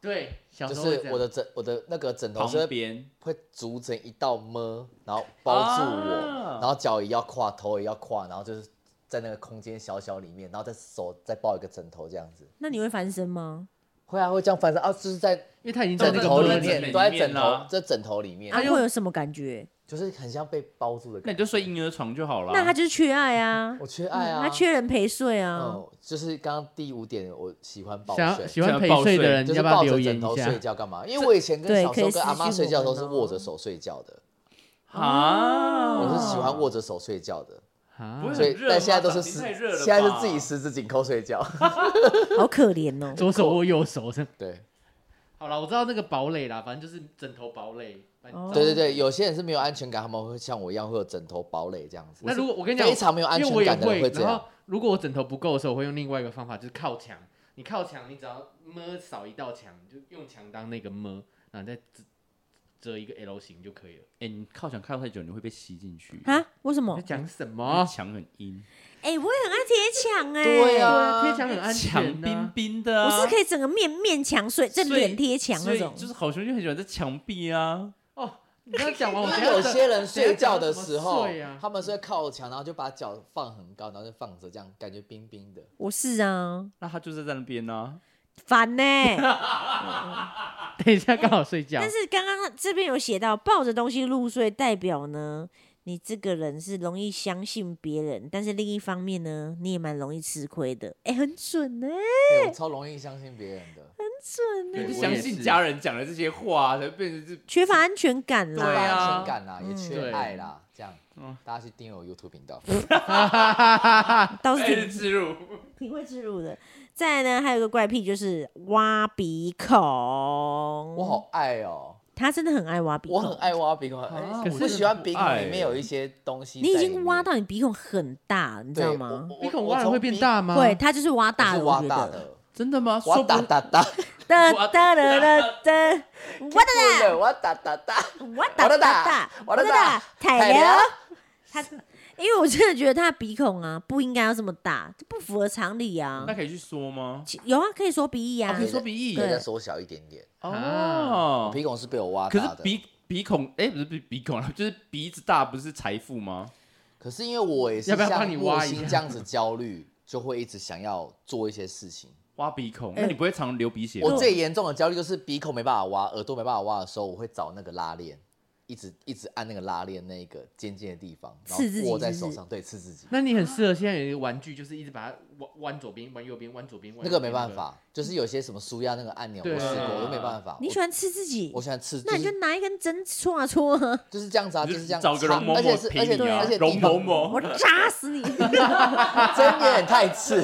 [SPEAKER 3] 对，小
[SPEAKER 4] 就
[SPEAKER 3] 时候会
[SPEAKER 4] 是
[SPEAKER 3] 这样
[SPEAKER 4] 我的枕，我的那个枕头是
[SPEAKER 2] 旁
[SPEAKER 4] 会
[SPEAKER 2] 边
[SPEAKER 4] 会组成一道么，然后包住我，
[SPEAKER 2] 啊
[SPEAKER 4] 然后脚也要跨，头也要跨，然后就是在那个空间小小里面，然后再手再抱一个枕头这样子。
[SPEAKER 1] 那你会翻身吗？
[SPEAKER 4] 会啊，会这样翻身啊，就是在
[SPEAKER 3] 因为他已经在
[SPEAKER 4] 枕
[SPEAKER 3] 那个
[SPEAKER 4] 头
[SPEAKER 3] 窝
[SPEAKER 4] 里
[SPEAKER 2] 枕
[SPEAKER 3] 里
[SPEAKER 2] 面
[SPEAKER 3] 面，
[SPEAKER 4] 面，
[SPEAKER 2] 里
[SPEAKER 4] 都在枕
[SPEAKER 2] 面啦
[SPEAKER 4] 头，在枕头里面
[SPEAKER 1] 啊，，会有什么感觉？
[SPEAKER 4] 就是很像被包住的
[SPEAKER 2] 那
[SPEAKER 4] 感
[SPEAKER 2] 你
[SPEAKER 4] 觉。
[SPEAKER 2] 就睡婴儿床就好了。
[SPEAKER 1] 那他就是缺爱啊，
[SPEAKER 4] 我缺爱啊，
[SPEAKER 1] 他缺人陪睡啊。
[SPEAKER 4] 嗯，就是刚刚第五点，我喜欢抱
[SPEAKER 3] 想
[SPEAKER 4] 睡
[SPEAKER 3] 要。喜欢陪睡的人，
[SPEAKER 4] 就
[SPEAKER 3] 要
[SPEAKER 4] 是
[SPEAKER 3] 不要
[SPEAKER 4] 抱着
[SPEAKER 3] 留言
[SPEAKER 4] 枕头
[SPEAKER 3] 一
[SPEAKER 4] 睡
[SPEAKER 3] 下？
[SPEAKER 4] 觉干嘛？因为我以前跟
[SPEAKER 1] 对
[SPEAKER 4] 小时
[SPEAKER 1] 可以
[SPEAKER 4] 候跟阿
[SPEAKER 1] 私
[SPEAKER 4] 妈
[SPEAKER 1] 讯
[SPEAKER 4] 睡觉的时
[SPEAKER 1] 我
[SPEAKER 4] 候是
[SPEAKER 1] 们哦
[SPEAKER 4] 握着手睡觉的，
[SPEAKER 2] 啊，
[SPEAKER 4] 我是喜
[SPEAKER 1] 哦
[SPEAKER 4] 欢握着手睡觉的，
[SPEAKER 3] 啊
[SPEAKER 2] 不会
[SPEAKER 4] 所以
[SPEAKER 2] 很热
[SPEAKER 4] 但
[SPEAKER 2] 吗
[SPEAKER 4] 现在都
[SPEAKER 2] 长
[SPEAKER 4] 是
[SPEAKER 2] 期
[SPEAKER 4] 十
[SPEAKER 2] 太热了，吧
[SPEAKER 4] 现在是自己十指紧扣睡觉。
[SPEAKER 1] 好可怜哦。
[SPEAKER 3] 左手握右手，这样。
[SPEAKER 4] 对
[SPEAKER 3] 好了，我知道那个堡垒啦，反正就是枕头堡垒。反正
[SPEAKER 1] 哦
[SPEAKER 4] 对对对，有些人是没有安全感，他们会像我一样会有枕头堡垒这样子。
[SPEAKER 3] 那如果我跟你讲，
[SPEAKER 4] 非常没有安全
[SPEAKER 3] 因为我也
[SPEAKER 4] 感的人
[SPEAKER 3] 会
[SPEAKER 4] 会这样
[SPEAKER 3] 然后如果我枕头不够的时候，我会用另外一个方法，就是靠墙。你靠墙，你只要么扫一道墙，你就用墙当那个么，然后再折折一个 L 型就可以了。
[SPEAKER 2] 哎、你靠墙靠太久，你会被吸进去。
[SPEAKER 1] 啊？为什
[SPEAKER 3] 你
[SPEAKER 1] 么
[SPEAKER 3] 在？讲什么
[SPEAKER 4] 哦
[SPEAKER 2] 啊，？墙很阴，
[SPEAKER 1] 哎、我也很爱贴墙哎。
[SPEAKER 4] 对
[SPEAKER 3] 对
[SPEAKER 4] 啊
[SPEAKER 3] 啊，贴墙很安
[SPEAKER 2] 墙
[SPEAKER 3] 全
[SPEAKER 2] 冰
[SPEAKER 3] 呐。
[SPEAKER 2] 冰的、啊。
[SPEAKER 1] 我是可以整个面面墙睡，这
[SPEAKER 2] 所以
[SPEAKER 1] 脸贴墙那种
[SPEAKER 2] 所以。就是好兄弟很喜欢在墙壁啊。
[SPEAKER 3] 哦，你刚刚讲完，我
[SPEAKER 4] 因
[SPEAKER 3] 等
[SPEAKER 4] 为
[SPEAKER 3] 一下
[SPEAKER 4] 有些人睡觉的
[SPEAKER 3] 等
[SPEAKER 4] 时
[SPEAKER 3] 一下
[SPEAKER 4] 候
[SPEAKER 3] 怎么睡啊，
[SPEAKER 4] 他们是会靠墙，然后就把脚放很高，然后就放着，这样感觉冰冰的。
[SPEAKER 1] 我是啊，
[SPEAKER 2] 那他就是在那边啊，
[SPEAKER 1] 烦呢、
[SPEAKER 3] 等一下刚好睡觉
[SPEAKER 1] 但。是刚刚这边有写到抱着东西入睡，代表呢你这个人是容易相信别人，但是另一方面呢，你也蛮容易吃亏的。哎、很准呢、
[SPEAKER 4] 哎我超容易相信别人的，
[SPEAKER 1] 很准呢、
[SPEAKER 2] 对
[SPEAKER 3] 我
[SPEAKER 2] 就
[SPEAKER 3] 也
[SPEAKER 2] 相信
[SPEAKER 3] 是
[SPEAKER 2] 家人讲的这些话，才变成是
[SPEAKER 1] 缺乏安全感啦。
[SPEAKER 2] 对啊
[SPEAKER 4] 安全感啦，也缺
[SPEAKER 3] 对
[SPEAKER 4] 爱啦，这样
[SPEAKER 2] 嗯，
[SPEAKER 4] 啊大家去订阅我 YouTube 频道，
[SPEAKER 1] 倒是
[SPEAKER 2] 爱的
[SPEAKER 1] 挺
[SPEAKER 2] 植入。
[SPEAKER 1] 挺会植入的。再来呢，还有一个怪癖就是挖鼻孔。
[SPEAKER 4] 我好爱哦，
[SPEAKER 1] 他真的很爱挖鼻
[SPEAKER 2] 嗯
[SPEAKER 4] 我很
[SPEAKER 1] 孔。
[SPEAKER 4] 爱挖鼻孔，哎
[SPEAKER 2] 啊哦
[SPEAKER 3] 可是
[SPEAKER 4] 我不喜欢鼻孔
[SPEAKER 2] 爱
[SPEAKER 4] 里面有一些东西在
[SPEAKER 1] 你
[SPEAKER 4] 里
[SPEAKER 1] 已
[SPEAKER 4] 面，
[SPEAKER 1] 经挖到你鼻孔很大，你知
[SPEAKER 4] 对
[SPEAKER 1] 道
[SPEAKER 4] 我
[SPEAKER 1] 吗？
[SPEAKER 4] 我
[SPEAKER 3] 鼻孔
[SPEAKER 4] 我
[SPEAKER 3] 挖了
[SPEAKER 4] 从
[SPEAKER 3] 会变
[SPEAKER 4] 鼻
[SPEAKER 3] 大吗？
[SPEAKER 1] 对，，他就是挖大
[SPEAKER 4] 我
[SPEAKER 1] 的，
[SPEAKER 4] 是
[SPEAKER 1] 我
[SPEAKER 4] 挖
[SPEAKER 1] 觉
[SPEAKER 4] 大
[SPEAKER 1] 得。
[SPEAKER 4] 的，
[SPEAKER 2] 真的吗？
[SPEAKER 4] 挖
[SPEAKER 2] 说
[SPEAKER 4] 大
[SPEAKER 2] 不
[SPEAKER 4] 大大，
[SPEAKER 1] 哒
[SPEAKER 2] 挖
[SPEAKER 1] 哒哒哒 哒，我的
[SPEAKER 4] 不能挖大大大，
[SPEAKER 1] 我哒哒哒，
[SPEAKER 4] 我
[SPEAKER 1] 的
[SPEAKER 4] 的哒
[SPEAKER 1] 凯
[SPEAKER 4] 凯
[SPEAKER 1] 流
[SPEAKER 4] 流，
[SPEAKER 1] 他，因为我真的觉得他的鼻孔啊不应该要这么大，这不符合常理啊
[SPEAKER 2] 那。可以去说吗？
[SPEAKER 1] 其有啊，可以说鼻翼啊
[SPEAKER 2] 啊，可以说鼻翼
[SPEAKER 4] 哦可
[SPEAKER 1] 对
[SPEAKER 4] 以再缩小一点点，
[SPEAKER 2] 哦。
[SPEAKER 4] 鼻孔是啊被我挖
[SPEAKER 2] 可是
[SPEAKER 4] 大的，
[SPEAKER 2] 鼻鼻孔，哎、不是鼻鼻孔了，就是鼻子大，不是财富吗？
[SPEAKER 4] 可是因为我也是
[SPEAKER 3] 要不要
[SPEAKER 4] 像
[SPEAKER 3] 帮你
[SPEAKER 4] 莫
[SPEAKER 3] 挖一
[SPEAKER 4] 欣
[SPEAKER 3] 下
[SPEAKER 4] 这样子焦虑，就会一直想要做一些事情。
[SPEAKER 2] 挖鼻孔，
[SPEAKER 1] 哎
[SPEAKER 2] 那你不会常流鼻血吗？
[SPEAKER 4] 我最严重的焦虑就是鼻孔没办法挖，耳朵没办法挖的时候，我会找那个拉链，一直一直按那个拉链那个尖尖的地方，然后
[SPEAKER 1] 刺自己
[SPEAKER 4] 握在
[SPEAKER 1] 是不
[SPEAKER 4] 手
[SPEAKER 1] 是
[SPEAKER 4] 上，对，刺自己。
[SPEAKER 3] 那你很适合现在有一个玩具，就是一直把它弯弯左边，弯右边，弯左边，弯
[SPEAKER 4] 那
[SPEAKER 3] 右
[SPEAKER 4] 个
[SPEAKER 3] 边
[SPEAKER 4] 没办。法，就是有些什么舒压那个按钮，我
[SPEAKER 3] 对
[SPEAKER 4] 试过，
[SPEAKER 3] 啊
[SPEAKER 4] 我都没办法。
[SPEAKER 1] 你喜
[SPEAKER 4] 欢？
[SPEAKER 1] 欢吃自己
[SPEAKER 4] 我，喜欢刺，
[SPEAKER 1] 那你
[SPEAKER 4] 就
[SPEAKER 1] 就是拿一根针戳啊戳啊，
[SPEAKER 4] 就是这样子啊，就是这样
[SPEAKER 2] 找个容嬷
[SPEAKER 4] 而且
[SPEAKER 2] 嬷
[SPEAKER 4] 是
[SPEAKER 2] 陪
[SPEAKER 4] 而且
[SPEAKER 2] 你啊
[SPEAKER 4] 而且，
[SPEAKER 2] 容
[SPEAKER 4] 地
[SPEAKER 2] 嬷
[SPEAKER 4] 方
[SPEAKER 1] 我
[SPEAKER 2] 嬷，
[SPEAKER 1] 扎死 你。
[SPEAKER 4] 真有点 太刺。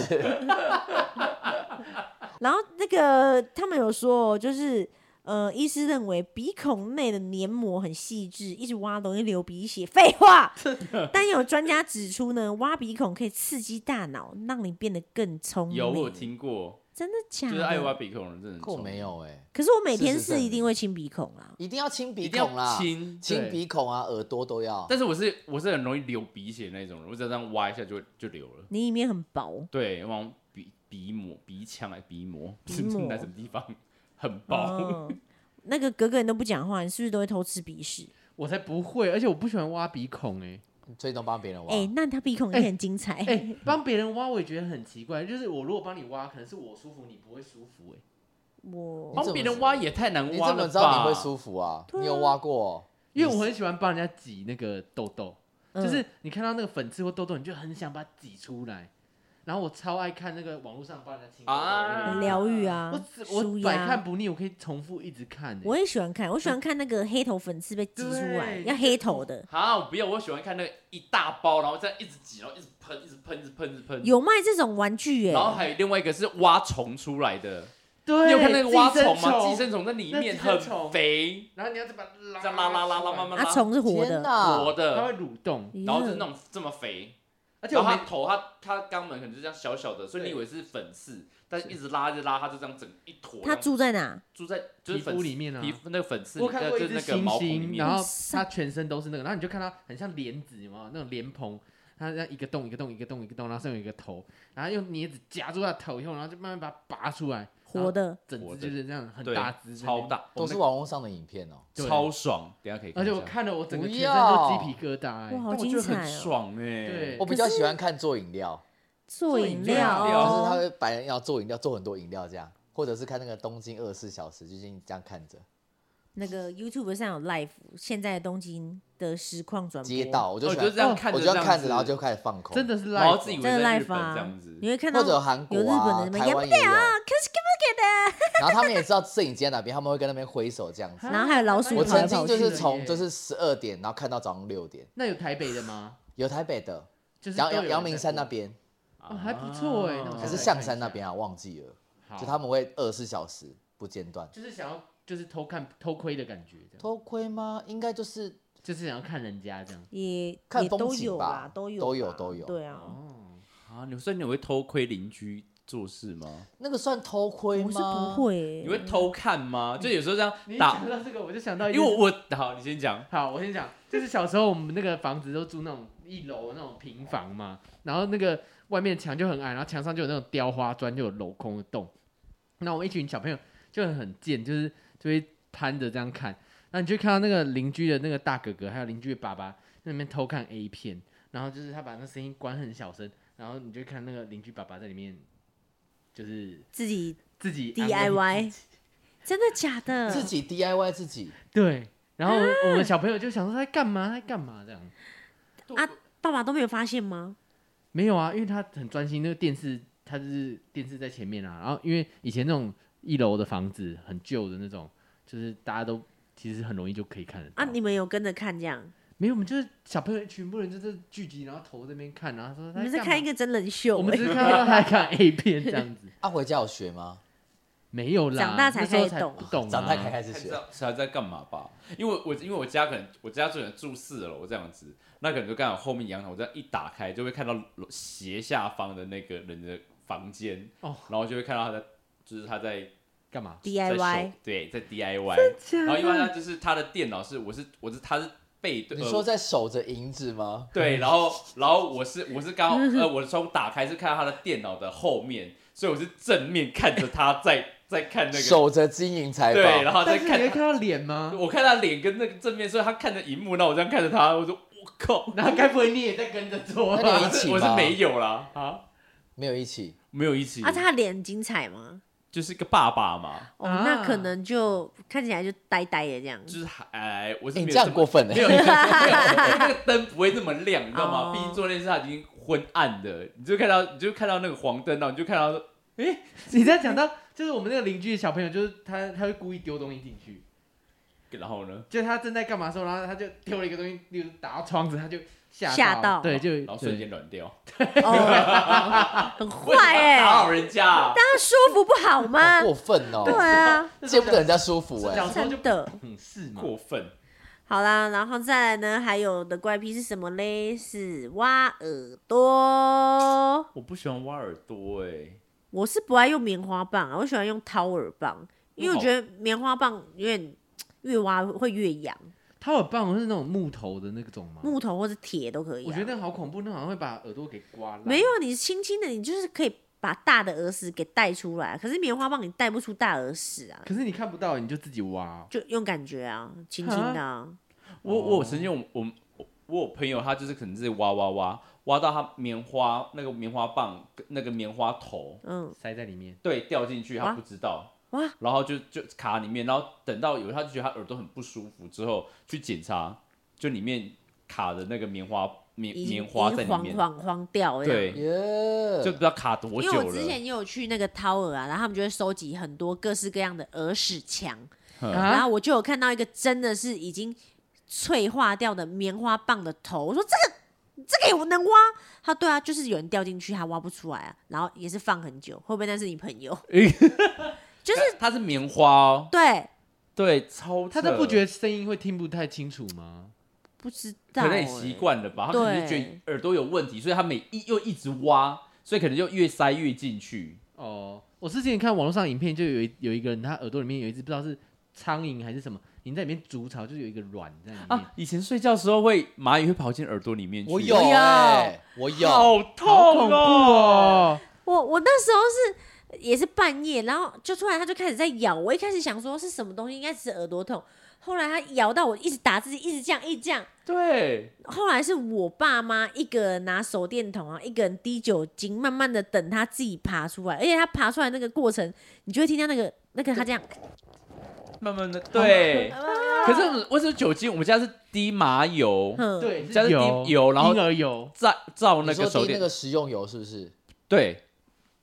[SPEAKER 1] 然后那个他们有说哦，就是呃，医师认为鼻孔内的黏膜很细致，一直挖容易流鼻血。废话，但有专家指出呢，挖鼻孔可以刺激大脑，让你变得更聪明。
[SPEAKER 2] 有我有听过，
[SPEAKER 1] 真的假
[SPEAKER 2] 就
[SPEAKER 1] 的？
[SPEAKER 2] 是爱挖鼻孔的人真的很
[SPEAKER 4] 可我
[SPEAKER 2] 聪明
[SPEAKER 4] 嗯没，有哎、
[SPEAKER 1] 可是我每天
[SPEAKER 4] 事实
[SPEAKER 1] 是
[SPEAKER 4] 证明
[SPEAKER 1] 一定会清鼻孔啊啦。
[SPEAKER 4] 一定要清
[SPEAKER 2] 一
[SPEAKER 4] 鼻
[SPEAKER 2] 定
[SPEAKER 4] 孔
[SPEAKER 2] 要
[SPEAKER 4] 啦，
[SPEAKER 2] 亲。
[SPEAKER 4] 清
[SPEAKER 3] 对
[SPEAKER 4] 鼻孔啊，耳朵都要。
[SPEAKER 2] 但是我是我是很容易流鼻血那种人，我只要这样挖一下就会就流了。
[SPEAKER 1] 你里面很薄，
[SPEAKER 2] 对，往鼻鼻膜、鼻腔还鼻膜，
[SPEAKER 1] 鼻
[SPEAKER 2] 在
[SPEAKER 1] 膜
[SPEAKER 2] 什么地方很
[SPEAKER 3] 哦
[SPEAKER 2] 薄？
[SPEAKER 1] 嗯那个格格你都不讲话，你是不是都会偷吃鼻屎？
[SPEAKER 3] 我才不会，而且我不喜欢挖鼻 孔哎、
[SPEAKER 4] 最终帮别人挖。
[SPEAKER 1] 哎、那他鼻孔也很精彩。
[SPEAKER 3] 哎、帮别人挖我也觉得很奇怪，就是我如果帮你挖，可能是我舒服，你不会舒服哎、
[SPEAKER 1] 我
[SPEAKER 4] 哦
[SPEAKER 2] 帮别人挖也太难
[SPEAKER 4] 你
[SPEAKER 2] 挖
[SPEAKER 4] 怎
[SPEAKER 2] 了吧？
[SPEAKER 4] 么知道你会舒服啊？
[SPEAKER 1] 对啊
[SPEAKER 4] 你有挖过？
[SPEAKER 3] 因为我很喜欢帮人家挤那个痘痘，
[SPEAKER 1] 嗯
[SPEAKER 3] 就是你看到那个粉刺或痘痘，你就很想把它挤出来。然后我超爱看那个网络上帮人家清痘痘的
[SPEAKER 1] 很
[SPEAKER 3] 那个
[SPEAKER 2] 啊
[SPEAKER 1] 疗愈啊
[SPEAKER 3] 我只，
[SPEAKER 1] 舒
[SPEAKER 3] 我百看
[SPEAKER 1] 压。
[SPEAKER 3] 不腻，我可以重复一直看、欸。
[SPEAKER 1] 我也喜欢看，我喜欢看那个黑头粉刺被挤出来，
[SPEAKER 3] 对
[SPEAKER 1] 要黑头的。
[SPEAKER 2] 啊，我不要，我喜欢看那个一大包，然后这样一直挤，然后一直喷，一直喷，一直喷，一直喷。
[SPEAKER 1] 有卖这种玩具耶、啊
[SPEAKER 2] 然后还有另外一个是挖虫出来的，
[SPEAKER 3] 对，
[SPEAKER 2] 你有看那个挖
[SPEAKER 3] 寄生
[SPEAKER 2] 虫吗？寄生虫在里
[SPEAKER 3] 那
[SPEAKER 2] 面
[SPEAKER 3] 寄生
[SPEAKER 2] 很
[SPEAKER 3] 虫
[SPEAKER 2] 肥，
[SPEAKER 3] 然后你要再把它拉
[SPEAKER 2] 这样拉拉拉拉慢慢
[SPEAKER 1] 啊，虫是活
[SPEAKER 4] 天
[SPEAKER 1] 的，
[SPEAKER 4] 哪！
[SPEAKER 2] 活
[SPEAKER 3] 啊它会
[SPEAKER 2] 的，
[SPEAKER 3] 蠕动，
[SPEAKER 1] 咦
[SPEAKER 2] 然后就是那种这么肥，
[SPEAKER 3] 而且
[SPEAKER 2] 然
[SPEAKER 3] 我
[SPEAKER 2] 后
[SPEAKER 3] 们
[SPEAKER 2] 它头它它肛门可能就这样小小的，所以你以为是粉刺，但是一直拉一直拉，它就这样整一坨。
[SPEAKER 1] 它住在哪？
[SPEAKER 2] 住在就是
[SPEAKER 3] 皮
[SPEAKER 2] 粉
[SPEAKER 3] 肤
[SPEAKER 2] 刺
[SPEAKER 3] 里面啊
[SPEAKER 2] 皮肤那个粉刺，呃
[SPEAKER 3] 我看过
[SPEAKER 2] 就
[SPEAKER 3] 一
[SPEAKER 2] 是那
[SPEAKER 3] 只
[SPEAKER 2] 个
[SPEAKER 3] 猩
[SPEAKER 2] 毛孔里
[SPEAKER 3] 猩，
[SPEAKER 2] 面
[SPEAKER 3] 然。后
[SPEAKER 1] 塞
[SPEAKER 3] 它全身都是那个，然后你就看它很像帘子，有没有那种帘棚？它这样一个洞一个洞一个洞一个洞，然后上面有一个头，然后用镊子夹住它的头以后，然后就慢慢把它拔出来，
[SPEAKER 1] 活的，
[SPEAKER 3] 整
[SPEAKER 2] 活
[SPEAKER 3] 只
[SPEAKER 2] 的
[SPEAKER 3] 就是这样很
[SPEAKER 2] 对
[SPEAKER 3] 大只，
[SPEAKER 2] 超。大，
[SPEAKER 4] 都是网络上的影片哦。
[SPEAKER 3] 对
[SPEAKER 2] 超爽，等一下可以看
[SPEAKER 3] 而
[SPEAKER 2] 一
[SPEAKER 3] 且
[SPEAKER 2] 下。
[SPEAKER 3] 我看了我整个
[SPEAKER 4] 不
[SPEAKER 3] 全身都
[SPEAKER 4] 要
[SPEAKER 3] 鸡皮疙瘩、欸，
[SPEAKER 1] 哇，好
[SPEAKER 2] 但我觉
[SPEAKER 1] 精
[SPEAKER 2] 得
[SPEAKER 1] 彩
[SPEAKER 2] 很
[SPEAKER 1] 哦！
[SPEAKER 2] 爽哎、
[SPEAKER 3] 对
[SPEAKER 4] 我比较喜欢看做饮料，
[SPEAKER 1] 做饮
[SPEAKER 2] 做饮料
[SPEAKER 4] 就是他
[SPEAKER 1] 哦，
[SPEAKER 4] 会白人要做饮料，做很多饮料这样，或者是看那个《东京二十四小时》，最近这样看着
[SPEAKER 1] 那个 YouTube 上有 live 现在的东京的实况转播，
[SPEAKER 4] 街道，我就
[SPEAKER 2] 我
[SPEAKER 4] 喜
[SPEAKER 2] 哦就
[SPEAKER 4] 欢哦
[SPEAKER 2] 这，样看着，
[SPEAKER 4] 我就要看着，
[SPEAKER 2] 这样子
[SPEAKER 4] 然后就开始放空，
[SPEAKER 3] 真，的是
[SPEAKER 2] 然后
[SPEAKER 3] live
[SPEAKER 2] 自己以为
[SPEAKER 1] 真的
[SPEAKER 2] 在日
[SPEAKER 1] live
[SPEAKER 2] 本这
[SPEAKER 1] 啊
[SPEAKER 2] 样子，
[SPEAKER 1] 你会看到
[SPEAKER 4] 或者有韩国
[SPEAKER 1] 有日本
[SPEAKER 4] 啊、
[SPEAKER 1] 的什么
[SPEAKER 4] 台
[SPEAKER 1] 演不
[SPEAKER 4] 湾也有，
[SPEAKER 1] 啊，可是
[SPEAKER 4] 然后他们也知道摄影机在哪边，他们会跟那边挥手这样 子。
[SPEAKER 3] 啊
[SPEAKER 1] 然后还有老鼠
[SPEAKER 4] 我
[SPEAKER 1] 跑来
[SPEAKER 4] 曾
[SPEAKER 1] 跑去
[SPEAKER 4] 经就是从
[SPEAKER 3] 跑
[SPEAKER 4] 就
[SPEAKER 3] 来跑去的耶
[SPEAKER 4] 是十二点，然后看到早上六点，
[SPEAKER 3] 那有台北的吗？
[SPEAKER 4] 有台北的，
[SPEAKER 3] 就是
[SPEAKER 4] 阳
[SPEAKER 3] 都有
[SPEAKER 4] 阳
[SPEAKER 3] 人
[SPEAKER 4] 阳
[SPEAKER 3] 在
[SPEAKER 4] 明山
[SPEAKER 3] 播
[SPEAKER 4] 那边，
[SPEAKER 2] 啊
[SPEAKER 3] 哦还不错欸那我
[SPEAKER 4] 还
[SPEAKER 3] 想
[SPEAKER 4] 是
[SPEAKER 3] 想
[SPEAKER 4] 象山那边啊，忘记了，
[SPEAKER 3] 好
[SPEAKER 4] 就他们会二十四小时不间断。
[SPEAKER 3] 就是想要就是偷看偷窥的感觉，这样
[SPEAKER 4] 偷窥吗？应该就是
[SPEAKER 3] 就是想要看人家这样。
[SPEAKER 1] 也
[SPEAKER 4] 看
[SPEAKER 1] 也
[SPEAKER 4] 风
[SPEAKER 1] 都
[SPEAKER 4] 景
[SPEAKER 1] 有啦
[SPEAKER 4] 吧，
[SPEAKER 1] 都有
[SPEAKER 4] 都有
[SPEAKER 1] 吧
[SPEAKER 4] 都有
[SPEAKER 1] 对啊，
[SPEAKER 3] 哦，
[SPEAKER 2] 啊，你所以你会偷窥邻居做事吗？
[SPEAKER 4] 那个算偷窥
[SPEAKER 1] 我是
[SPEAKER 4] 吗？
[SPEAKER 1] 不，会
[SPEAKER 2] 你
[SPEAKER 1] 欸，
[SPEAKER 2] 会偷看吗？就有时候这样
[SPEAKER 3] 你一
[SPEAKER 2] 打
[SPEAKER 3] 讲，到这个，我就想到一
[SPEAKER 2] 因为
[SPEAKER 3] 件事，
[SPEAKER 2] 我我好，你先讲。
[SPEAKER 3] 好，我先讲，就是小时候我们那个房子都住那种一楼那种平房嘛，然后那个外面墙就很矮，然后墙上就有那种雕花砖，就有镂空的洞。那我们一群小朋友就很贱，就是就会攀着这样看，那你就看到那个邻居的那个大哥哥，还有邻居的爸爸在那边偷看 A 片，然后就是他把那声音关很小声，然后你就看那个邻居爸爸在里面就是
[SPEAKER 1] 自己
[SPEAKER 3] 自己安慰自己
[SPEAKER 1] DIY，真的假的？
[SPEAKER 4] 自己 DIY 自己，
[SPEAKER 1] 啊
[SPEAKER 3] 哎对，然后我们小朋友就想说他在干嘛，他在干嘛这样，
[SPEAKER 1] 啊，爸爸都没有发现吗？
[SPEAKER 3] 没有啊，因为他很专心，那个电视他就是电视在前面啊。然后因为以前那种一楼的房子很旧的那种，就是大家都其实很容易就可以看得到。
[SPEAKER 1] 啊，你们有跟着看这样？
[SPEAKER 3] 没有，我们就是小朋友，全部人就是聚集，然后头这边看，然后说哎
[SPEAKER 1] 你们在
[SPEAKER 3] 干嘛
[SPEAKER 1] 看一个真人秀、
[SPEAKER 3] 我们只
[SPEAKER 1] 欸？
[SPEAKER 3] 是看到他在看 A 片这样子，
[SPEAKER 4] 啊，回家有学吗？
[SPEAKER 3] 没有啦，
[SPEAKER 1] 长大才
[SPEAKER 3] 那时候
[SPEAKER 1] 开始
[SPEAKER 3] 才
[SPEAKER 1] 懂
[SPEAKER 3] 不
[SPEAKER 2] 嗯
[SPEAKER 3] 懂啊，
[SPEAKER 4] 长大才开始
[SPEAKER 2] 知
[SPEAKER 4] 学。
[SPEAKER 2] 道知道在干嘛吧？因为我因为我家可能我家可能住四楼这样子，那可能就刚好后面阳台，我这样一打开就会看到楼斜下方的那个人的房间，
[SPEAKER 3] 哦
[SPEAKER 2] 然后就会看到他在就是他在
[SPEAKER 3] 干嘛？
[SPEAKER 2] 在手
[SPEAKER 1] DIY
[SPEAKER 2] 对，在 DIY，然后因为他就是他的电脑是我是我是他是背对，
[SPEAKER 4] 你
[SPEAKER 2] 呃
[SPEAKER 4] 说在守着银子吗？
[SPEAKER 2] 对，然后然后我是我是刚好呃，我从打开是看到他的电脑的后面，所以我是正面看着他在在看那个，
[SPEAKER 4] 守着金银财
[SPEAKER 2] 对，
[SPEAKER 4] 宝。
[SPEAKER 2] 然后再
[SPEAKER 3] 但是你会
[SPEAKER 2] 看
[SPEAKER 3] 看到脸吗？
[SPEAKER 2] 我看他脸跟那个正面，所以他看着荧幕，那我这样看着他，我说我靠，
[SPEAKER 3] 然后该不会你也在跟着做
[SPEAKER 4] 那
[SPEAKER 3] 吧？
[SPEAKER 2] 我
[SPEAKER 4] 你有一起
[SPEAKER 2] 是
[SPEAKER 4] 吗
[SPEAKER 2] 我是没有啦，
[SPEAKER 3] 啊，
[SPEAKER 4] 没有一起，
[SPEAKER 2] 没有一起，
[SPEAKER 1] 啊，他脸很精彩吗？
[SPEAKER 2] 就是个爸爸嘛，
[SPEAKER 1] 哦，
[SPEAKER 3] 啊
[SPEAKER 1] 那可能就看起来就呆呆的这样。
[SPEAKER 2] 就是还哎，我是
[SPEAKER 4] 欸
[SPEAKER 2] 没有
[SPEAKER 4] 你这
[SPEAKER 2] 这
[SPEAKER 4] 样
[SPEAKER 2] 么
[SPEAKER 4] 过分
[SPEAKER 2] 没
[SPEAKER 4] 哎！
[SPEAKER 2] 有，没有 那个灯不会那么亮，你知道
[SPEAKER 1] 哦
[SPEAKER 2] 吗？毕竟做那事他已经昏暗的，你就看到你就看到那个黄灯，然后你就看到
[SPEAKER 3] 你在讲到就是我们那个邻居的小朋友，就是他他会故意丢东西进去，
[SPEAKER 2] 然后呢，
[SPEAKER 3] 就是他正在干嘛的时候，然后他就丢了一个东西，例如打到窗子，他就吓
[SPEAKER 1] 吓到
[SPEAKER 3] 对，就
[SPEAKER 2] 然后瞬间软掉。
[SPEAKER 1] 哦， 很
[SPEAKER 2] 为什么
[SPEAKER 1] 坏
[SPEAKER 2] 要
[SPEAKER 1] 哎、
[SPEAKER 2] 打扰人家、啊。
[SPEAKER 1] 大家舒服不好吗
[SPEAKER 4] 好？过分
[SPEAKER 1] 对
[SPEAKER 4] 哦，
[SPEAKER 1] 啊，
[SPEAKER 4] 见不得人家舒服哎。
[SPEAKER 3] 小时候就
[SPEAKER 1] 真的。
[SPEAKER 3] 很是嘛，
[SPEAKER 2] 过分，
[SPEAKER 1] 好啦，然后再来呢，还有的怪癖是什么嘞？是挖耳朵。
[SPEAKER 2] 我不喜欢挖耳朵哎、
[SPEAKER 1] 我是不爱用棉花棒啊，我喜欢用掏耳棒，因为我觉得棉花棒有点越挖会越痒，
[SPEAKER 3] 他有棒是那种木头的那种吗？
[SPEAKER 1] 木头或者铁都可以、啊。
[SPEAKER 3] 我觉得那个好恐怖，那好像会把耳朵给刮烂。
[SPEAKER 1] 没有，你轻轻的，你就是可以把大的耳屎给带出来，可是棉花棒你带不出大耳屎啊，
[SPEAKER 3] 可是你看不到，你就自己挖哦。
[SPEAKER 1] 就用感觉啊，轻轻的、啊。
[SPEAKER 2] 我我有
[SPEAKER 1] 哦
[SPEAKER 2] 曾经我我我有朋友他就是可能是挖挖挖挖到他棉花那个棉花棒那个棉花头
[SPEAKER 1] 嗯，
[SPEAKER 3] 塞在里面。
[SPEAKER 2] 对掉进去，
[SPEAKER 1] 哇
[SPEAKER 2] 他不知道。
[SPEAKER 1] 哇！
[SPEAKER 2] 然后就就卡里面，然后等到有他就觉得他耳朵很不舒服，之后去检查，就里面卡的那个棉花棉
[SPEAKER 1] 已经
[SPEAKER 2] 棉
[SPEAKER 1] 已
[SPEAKER 2] 花在
[SPEAKER 1] 经
[SPEAKER 2] 里
[SPEAKER 1] 黄
[SPEAKER 2] 面，
[SPEAKER 1] 黄黄掉了。
[SPEAKER 2] 对，
[SPEAKER 4] 耶，
[SPEAKER 2] 就不知道卡多
[SPEAKER 1] 因
[SPEAKER 2] 久
[SPEAKER 1] 为
[SPEAKER 2] 了。
[SPEAKER 1] 我之前也有去那个掏耳啊，然后他们就会收集很多各式各样的耳屎墙，
[SPEAKER 2] 嗯
[SPEAKER 1] 然
[SPEAKER 3] 啊，
[SPEAKER 1] 后呃我就有看到一个真的是已经脆化掉的棉花棒的头，我说这个这个也能挖？他说对啊，就是有人掉进去，他挖不出来啊，然后也是放很久，会不会那是你朋友？
[SPEAKER 2] 呃
[SPEAKER 1] 就是
[SPEAKER 2] 它是棉花哦，
[SPEAKER 1] 对，
[SPEAKER 2] 对，超
[SPEAKER 3] 他
[SPEAKER 2] 扯
[SPEAKER 3] 都不觉得声音会听不太清楚吗？
[SPEAKER 1] 不知道、
[SPEAKER 2] 可能
[SPEAKER 1] 欸，
[SPEAKER 2] 也习惯了吧，他可能就觉得耳朵有问题，所以他每一又一直挖，所以可能就越塞越进去。
[SPEAKER 3] 哦，我之前看网络上影片，就有一有一个人，他耳朵里面有一只不知道是苍蝇还是什么，你在里面筑巢，就有一个卵在里面。
[SPEAKER 1] 哦
[SPEAKER 2] 啊，以前睡觉的时候会蚂蚁会跑进耳朵里面去，
[SPEAKER 4] 我有哎，我有。
[SPEAKER 2] 好痛
[SPEAKER 3] 好
[SPEAKER 1] 啊
[SPEAKER 3] 恐
[SPEAKER 2] 哦！
[SPEAKER 3] 怖哦！
[SPEAKER 1] 我我那时候是也是半夜，然后就突然它就开始在咬我，一开始想说是什么东西，应该只是耳朵痛。后来它咬到我，一直打自己，一直这样，一直这样。
[SPEAKER 2] 对，
[SPEAKER 1] 后来是我爸妈一个人拿手电筒啊，一个人滴酒精，慢慢的等它自己爬出来。而且它爬出来那个过程，你就会听到那个那个它这样，
[SPEAKER 2] 慢慢的对。可是我们我是酒精，我们家是滴麻油，
[SPEAKER 1] 啊哼，
[SPEAKER 3] 对，
[SPEAKER 2] 加
[SPEAKER 3] 是
[SPEAKER 2] 上
[SPEAKER 3] 油
[SPEAKER 2] 滴油然后
[SPEAKER 3] 婴儿油，
[SPEAKER 2] 照照
[SPEAKER 4] 你
[SPEAKER 2] 那
[SPEAKER 4] 说
[SPEAKER 2] 个手
[SPEAKER 4] 滴那
[SPEAKER 2] 电，
[SPEAKER 4] 个食用油是不是？
[SPEAKER 2] 对，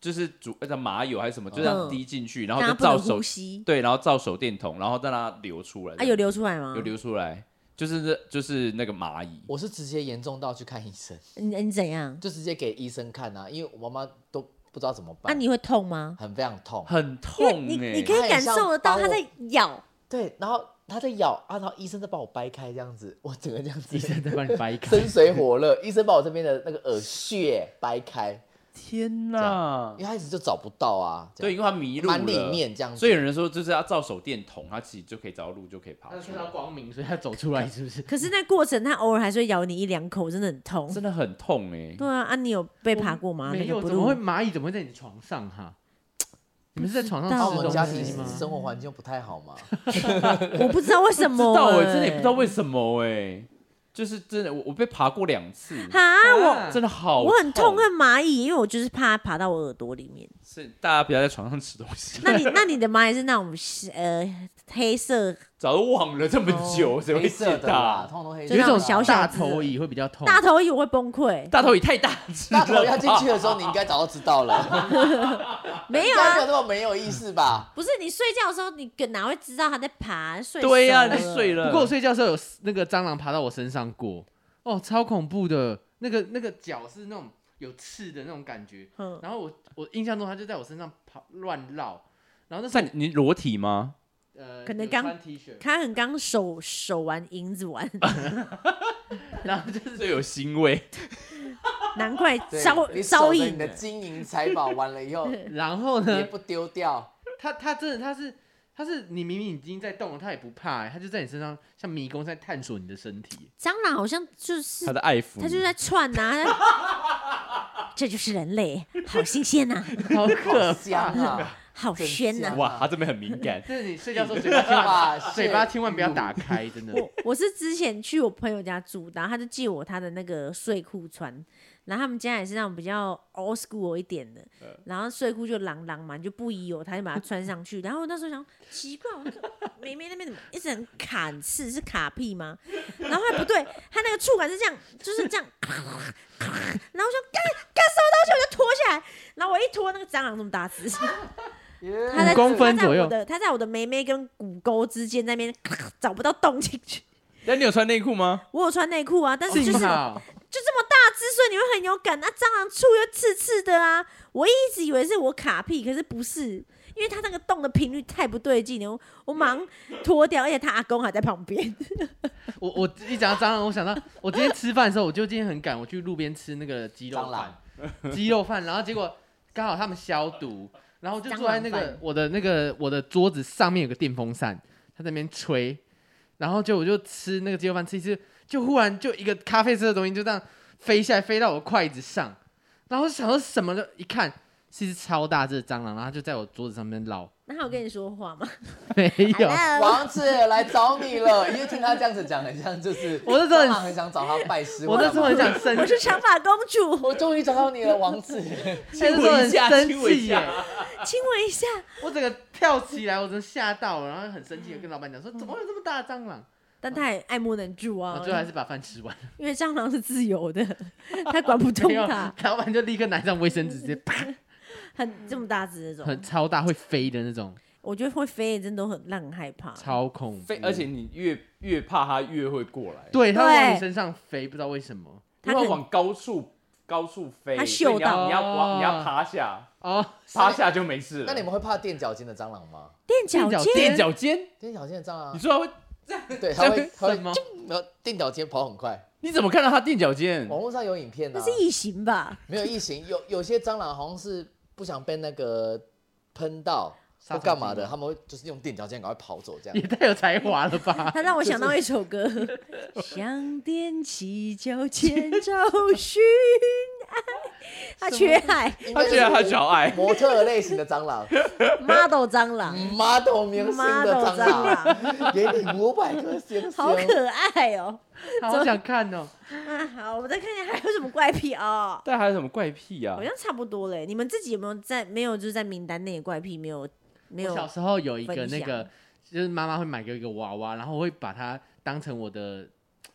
[SPEAKER 2] 就是煮那个麻油还是什么，就这样滴进去，然
[SPEAKER 1] 嗯
[SPEAKER 2] 后
[SPEAKER 1] 让
[SPEAKER 2] 再
[SPEAKER 1] 它不能
[SPEAKER 2] 照手
[SPEAKER 1] 呼，吸。
[SPEAKER 2] 对，然后照手电筒，然后再让它流出来。
[SPEAKER 1] 啊，有流出来吗？
[SPEAKER 2] 有。流出来，就是这就是那个蚂蚁。
[SPEAKER 4] 我是直接严重到去看医生，
[SPEAKER 1] 你你怎样？
[SPEAKER 4] 就直接给医生看啊，因为我妈妈都不知道怎么
[SPEAKER 1] 那、
[SPEAKER 4] 办，
[SPEAKER 1] 你会痛吗？
[SPEAKER 4] 很非常痛。
[SPEAKER 2] 很
[SPEAKER 1] 因为
[SPEAKER 2] 痛
[SPEAKER 1] 你
[SPEAKER 2] 哎、
[SPEAKER 1] 你可以感受得到它
[SPEAKER 4] 它很像把我
[SPEAKER 1] 在咬，
[SPEAKER 4] 对，然后她在咬啊，然后医生在帮我掰开这样子，我整个这样子
[SPEAKER 3] 医生 在 帮你掰开。
[SPEAKER 4] 生水火热，医生把我这边的那个耳穴掰开，
[SPEAKER 2] 天
[SPEAKER 4] 这
[SPEAKER 2] 哪
[SPEAKER 4] 因为！他一直就找不到啊。这
[SPEAKER 2] 对，
[SPEAKER 4] 样，
[SPEAKER 2] 因为它迷路了，
[SPEAKER 4] 蛮里面这样子
[SPEAKER 2] 所以有人说，就是要照手电筒，它其实就可以找到路，就可以爬
[SPEAKER 3] 他
[SPEAKER 2] 出
[SPEAKER 3] 看到
[SPEAKER 2] 来。
[SPEAKER 3] 光明，所以他走出来，是不是？
[SPEAKER 1] 可是那过程它偶尔还是会咬你一两口，真的很痛。
[SPEAKER 2] 真的很痛哎、
[SPEAKER 1] 对啊，啊，你有被爬过吗？
[SPEAKER 3] 没
[SPEAKER 1] 那
[SPEAKER 3] 有，
[SPEAKER 1] 个
[SPEAKER 3] 怎么会
[SPEAKER 1] blue
[SPEAKER 3] 蚂蚁怎么会在你床上哈？你们是在床上
[SPEAKER 1] 不知道
[SPEAKER 3] 吃
[SPEAKER 4] 那啊我
[SPEAKER 3] 东
[SPEAKER 4] 们家庭
[SPEAKER 3] 西吗？
[SPEAKER 4] 生活环境又不太好嘛，
[SPEAKER 1] 我不知道为什么、
[SPEAKER 2] 知道
[SPEAKER 1] 欸，
[SPEAKER 2] 哎、真的也不知道为什么哎、就是真的，我我被爬过两次，
[SPEAKER 1] 哈，我
[SPEAKER 3] 啊
[SPEAKER 2] 真的好，哦
[SPEAKER 1] 我很痛啊恨，蚂蚁，因为我就是怕它爬到我耳朵里面。
[SPEAKER 2] 是大家不要在床上吃东西，
[SPEAKER 1] 那你那你的蚂蚁是那种呃黑色
[SPEAKER 2] 早就忘了这么久，谁
[SPEAKER 4] 黑
[SPEAKER 2] 会
[SPEAKER 4] 色
[SPEAKER 2] 记
[SPEAKER 4] 的啦，
[SPEAKER 2] 得？
[SPEAKER 4] 通通黑色
[SPEAKER 1] 就那
[SPEAKER 3] 有一
[SPEAKER 4] 的啦。
[SPEAKER 1] 种
[SPEAKER 3] 种
[SPEAKER 1] 小小
[SPEAKER 3] 大
[SPEAKER 1] 只
[SPEAKER 3] 头蚁会比较痛。
[SPEAKER 1] 大头蚁，我会崩溃。
[SPEAKER 2] 大头也太大只了
[SPEAKER 4] 大
[SPEAKER 2] 吧，
[SPEAKER 4] 头要进去的时候，你应该早就知道了，
[SPEAKER 1] 没有
[SPEAKER 4] 应该没
[SPEAKER 1] 啊，
[SPEAKER 4] 有那么没有意思吧？
[SPEAKER 1] 不是你睡觉的时候，你哪会知道它在爬？睡
[SPEAKER 2] 对呀、
[SPEAKER 1] 呀、
[SPEAKER 2] 你睡了，
[SPEAKER 3] 不过我睡觉的时候有那个蟑螂爬到我身上过，哦，超恐怖的，那个那个脚是那种有刺的那种感觉，
[SPEAKER 1] 嗯，
[SPEAKER 3] 然后我我印象中它就在我身上跑乱绕，然后那时
[SPEAKER 2] 在
[SPEAKER 3] 候
[SPEAKER 2] 你裸体吗？
[SPEAKER 3] 呃
[SPEAKER 1] 可能
[SPEAKER 3] 有
[SPEAKER 1] 刚
[SPEAKER 3] 穿 T 恤，
[SPEAKER 1] 它很刚手手玩银子玩，
[SPEAKER 3] 然后就是
[SPEAKER 2] 最有腥味，
[SPEAKER 1] 难怪
[SPEAKER 4] 对
[SPEAKER 1] 招
[SPEAKER 4] 你守
[SPEAKER 1] 招
[SPEAKER 4] 着你
[SPEAKER 1] 引
[SPEAKER 4] 的
[SPEAKER 1] 了。
[SPEAKER 4] 金银财宝完了以后，你
[SPEAKER 3] 然后
[SPEAKER 4] 也
[SPEAKER 3] 呢，
[SPEAKER 4] 不丢掉，
[SPEAKER 3] 它它真的它是它是你明明已经在动了，它也不怕、欸，它就在你身上像迷宫在探索你的身 体。
[SPEAKER 1] 蟑螂好像就是
[SPEAKER 2] 他的爱抚，
[SPEAKER 1] 它就是在窜呐、它 这就是人类，好新鲜啊呐、
[SPEAKER 3] 好可怕，
[SPEAKER 4] 好香！啊！
[SPEAKER 1] 好鲜呐、
[SPEAKER 4] 真香
[SPEAKER 2] 哇，他这边很敏感
[SPEAKER 3] 就是你睡觉的时候嘴巴千万
[SPEAKER 4] 哇，
[SPEAKER 3] 嘴巴千万不要打开，真的。
[SPEAKER 1] 我我是之前去我朋友家住，然后他就借我他的那个睡裤穿，然后他们家也是那种比较 old school 一点的，
[SPEAKER 3] 嗯
[SPEAKER 1] 然后睡裤就朗朗嘛，你就不疑有他，就把它穿上去。然后我那时候想，奇怪，我那个妹妹那边怎么一直很卡刺，是卡屁吗？然后后来不对，它那个触感是这样，就是这样，然后我就干干什么东西，我就脱下来，然后我一脱，那个蟑螂这么大只。
[SPEAKER 4] 耶
[SPEAKER 1] 他在
[SPEAKER 3] 五公分
[SPEAKER 1] 他在
[SPEAKER 3] 左右
[SPEAKER 1] 我的，他在我的眉眉跟骨沟之间那边找不到洞进去。
[SPEAKER 2] 那你有穿内裤吗？
[SPEAKER 1] 我有穿内裤啊，但是就是就这
[SPEAKER 3] 哦幸
[SPEAKER 1] 么
[SPEAKER 3] 好
[SPEAKER 1] 大只，所以你会很有感。那蟑螂触又刺刺的啊，我一直以为是我卡屁，可是不是，因为它那个洞的频率太不对劲了，我我忙脱掉，而且他阿公还在旁边。
[SPEAKER 3] 我我一讲到蟑螂，我想到我今天吃饭的时候，我就今天很赶，我去路边吃那个鸡肉饭
[SPEAKER 4] 蟑螂，
[SPEAKER 3] 鸡肉饭，然后结果刚好他们消毒，然后我就坐在那
[SPEAKER 1] 蟑螂
[SPEAKER 3] 个
[SPEAKER 1] 饭
[SPEAKER 3] 我的那个我的桌子上面有个电风扇，它在那边吹，然后就我就吃那个鸡肉饭吃一吃，就忽然就一个咖啡色的东西就这样飞下来，飞到我筷子上，然后想说什么的，一看是一只超大只的蟑螂，然后它就在我桌子上面绕，
[SPEAKER 1] 那他有跟你说话吗？
[SPEAKER 3] 没 有。
[SPEAKER 1] Hello，
[SPEAKER 4] 王子来找你了，因为听他这样子讲，很像就是
[SPEAKER 3] 我那时候很
[SPEAKER 4] 蟑螂很想找他拜师，
[SPEAKER 3] 我那时候很想生
[SPEAKER 1] 我
[SPEAKER 3] 气
[SPEAKER 1] 是，长发公主，
[SPEAKER 4] 我终于找到你了，王子。
[SPEAKER 3] 那时候很生
[SPEAKER 2] 亲我一
[SPEAKER 3] 气耶
[SPEAKER 2] 下。
[SPEAKER 1] 亲我一下。
[SPEAKER 3] 我整个跳起来，我真的吓到了，然后很生气的跟老板讲
[SPEAKER 1] 嗯
[SPEAKER 3] 说，怎么会有这么大的蟑螂？
[SPEAKER 1] 但他也爱莫能助
[SPEAKER 3] 然
[SPEAKER 1] 啊
[SPEAKER 3] 后，最哦后还是把饭吃完，
[SPEAKER 1] 因为蟑螂是自由的， 他管不动
[SPEAKER 3] 没有啊
[SPEAKER 1] 它，
[SPEAKER 3] 老板就立刻拿一张卫生纸，直接 啪，
[SPEAKER 1] 很这么大只那种，
[SPEAKER 3] 很超大会飞的那种，
[SPEAKER 1] 我觉得会飞的真的都很让人害怕。
[SPEAKER 3] 超恐怖
[SPEAKER 2] 非。而且你越越怕它，越会过来，
[SPEAKER 3] 对，它
[SPEAKER 1] 对
[SPEAKER 3] 往你身上飞，不知道为什么。
[SPEAKER 1] 它
[SPEAKER 2] 因为
[SPEAKER 1] 可
[SPEAKER 2] 它往高处高处飞，
[SPEAKER 1] 它
[SPEAKER 2] 所以
[SPEAKER 1] 嗅
[SPEAKER 2] 你要
[SPEAKER 1] 到
[SPEAKER 2] 你要往你
[SPEAKER 3] 哦
[SPEAKER 2] 要爬下，
[SPEAKER 3] 哦，
[SPEAKER 2] 趴下就没事了。
[SPEAKER 4] 那你们会怕垫脚尖的蟑螂吗？
[SPEAKER 1] 垫脚
[SPEAKER 3] 脚
[SPEAKER 1] 尖
[SPEAKER 3] 尖啊
[SPEAKER 2] 垫脚尖，
[SPEAKER 4] 垫脚尖的蟑
[SPEAKER 2] 你
[SPEAKER 4] 螂，
[SPEAKER 2] 说它会？
[SPEAKER 4] 对，它 会它会
[SPEAKER 3] 什么
[SPEAKER 4] 啾然后垫脚尖跑很快。
[SPEAKER 2] 你怎么看到它垫脚尖？
[SPEAKER 4] 网络上有影片
[SPEAKER 1] 那
[SPEAKER 4] 啊
[SPEAKER 1] 是，异形吧？
[SPEAKER 4] 没有异形，有有些蟑螂好像是不想被那个喷到
[SPEAKER 3] 杀
[SPEAKER 4] 或
[SPEAKER 3] 虫
[SPEAKER 4] 干嘛的，
[SPEAKER 3] 剂
[SPEAKER 4] 他们会就是用垫脚尖赶快跑走这
[SPEAKER 3] 也
[SPEAKER 4] 样。
[SPEAKER 3] 太有才华了 吧！
[SPEAKER 1] 它让我想到一首歌，想踮起脚 尖找寻爱，它缺爱
[SPEAKER 4] 应
[SPEAKER 2] 它觉
[SPEAKER 4] 该就是
[SPEAKER 2] 得它小爱，
[SPEAKER 4] 模特类型的蟑螂
[SPEAKER 1] model 蟑螂
[SPEAKER 4] ，model
[SPEAKER 3] 嗯
[SPEAKER 4] 明星的
[SPEAKER 1] ，model 蟑
[SPEAKER 4] 蟑螂，
[SPEAKER 1] 螂，
[SPEAKER 4] 给你五百颗星星。
[SPEAKER 1] 好可爱哦！
[SPEAKER 3] 好想看哦。
[SPEAKER 1] 啊，好，我们再看看还有什么怪癖哦。
[SPEAKER 2] 但还有什么怪癖啊
[SPEAKER 1] 好？像差不多嘞，你们自己有没有在没有就是在名单内的怪癖没有没
[SPEAKER 3] 我小
[SPEAKER 1] 有？
[SPEAKER 3] 时候有一个
[SPEAKER 1] 哎分
[SPEAKER 3] 那
[SPEAKER 1] 享
[SPEAKER 3] 个，就是妈妈会买给我一个娃娃，然后我会把它当成我的，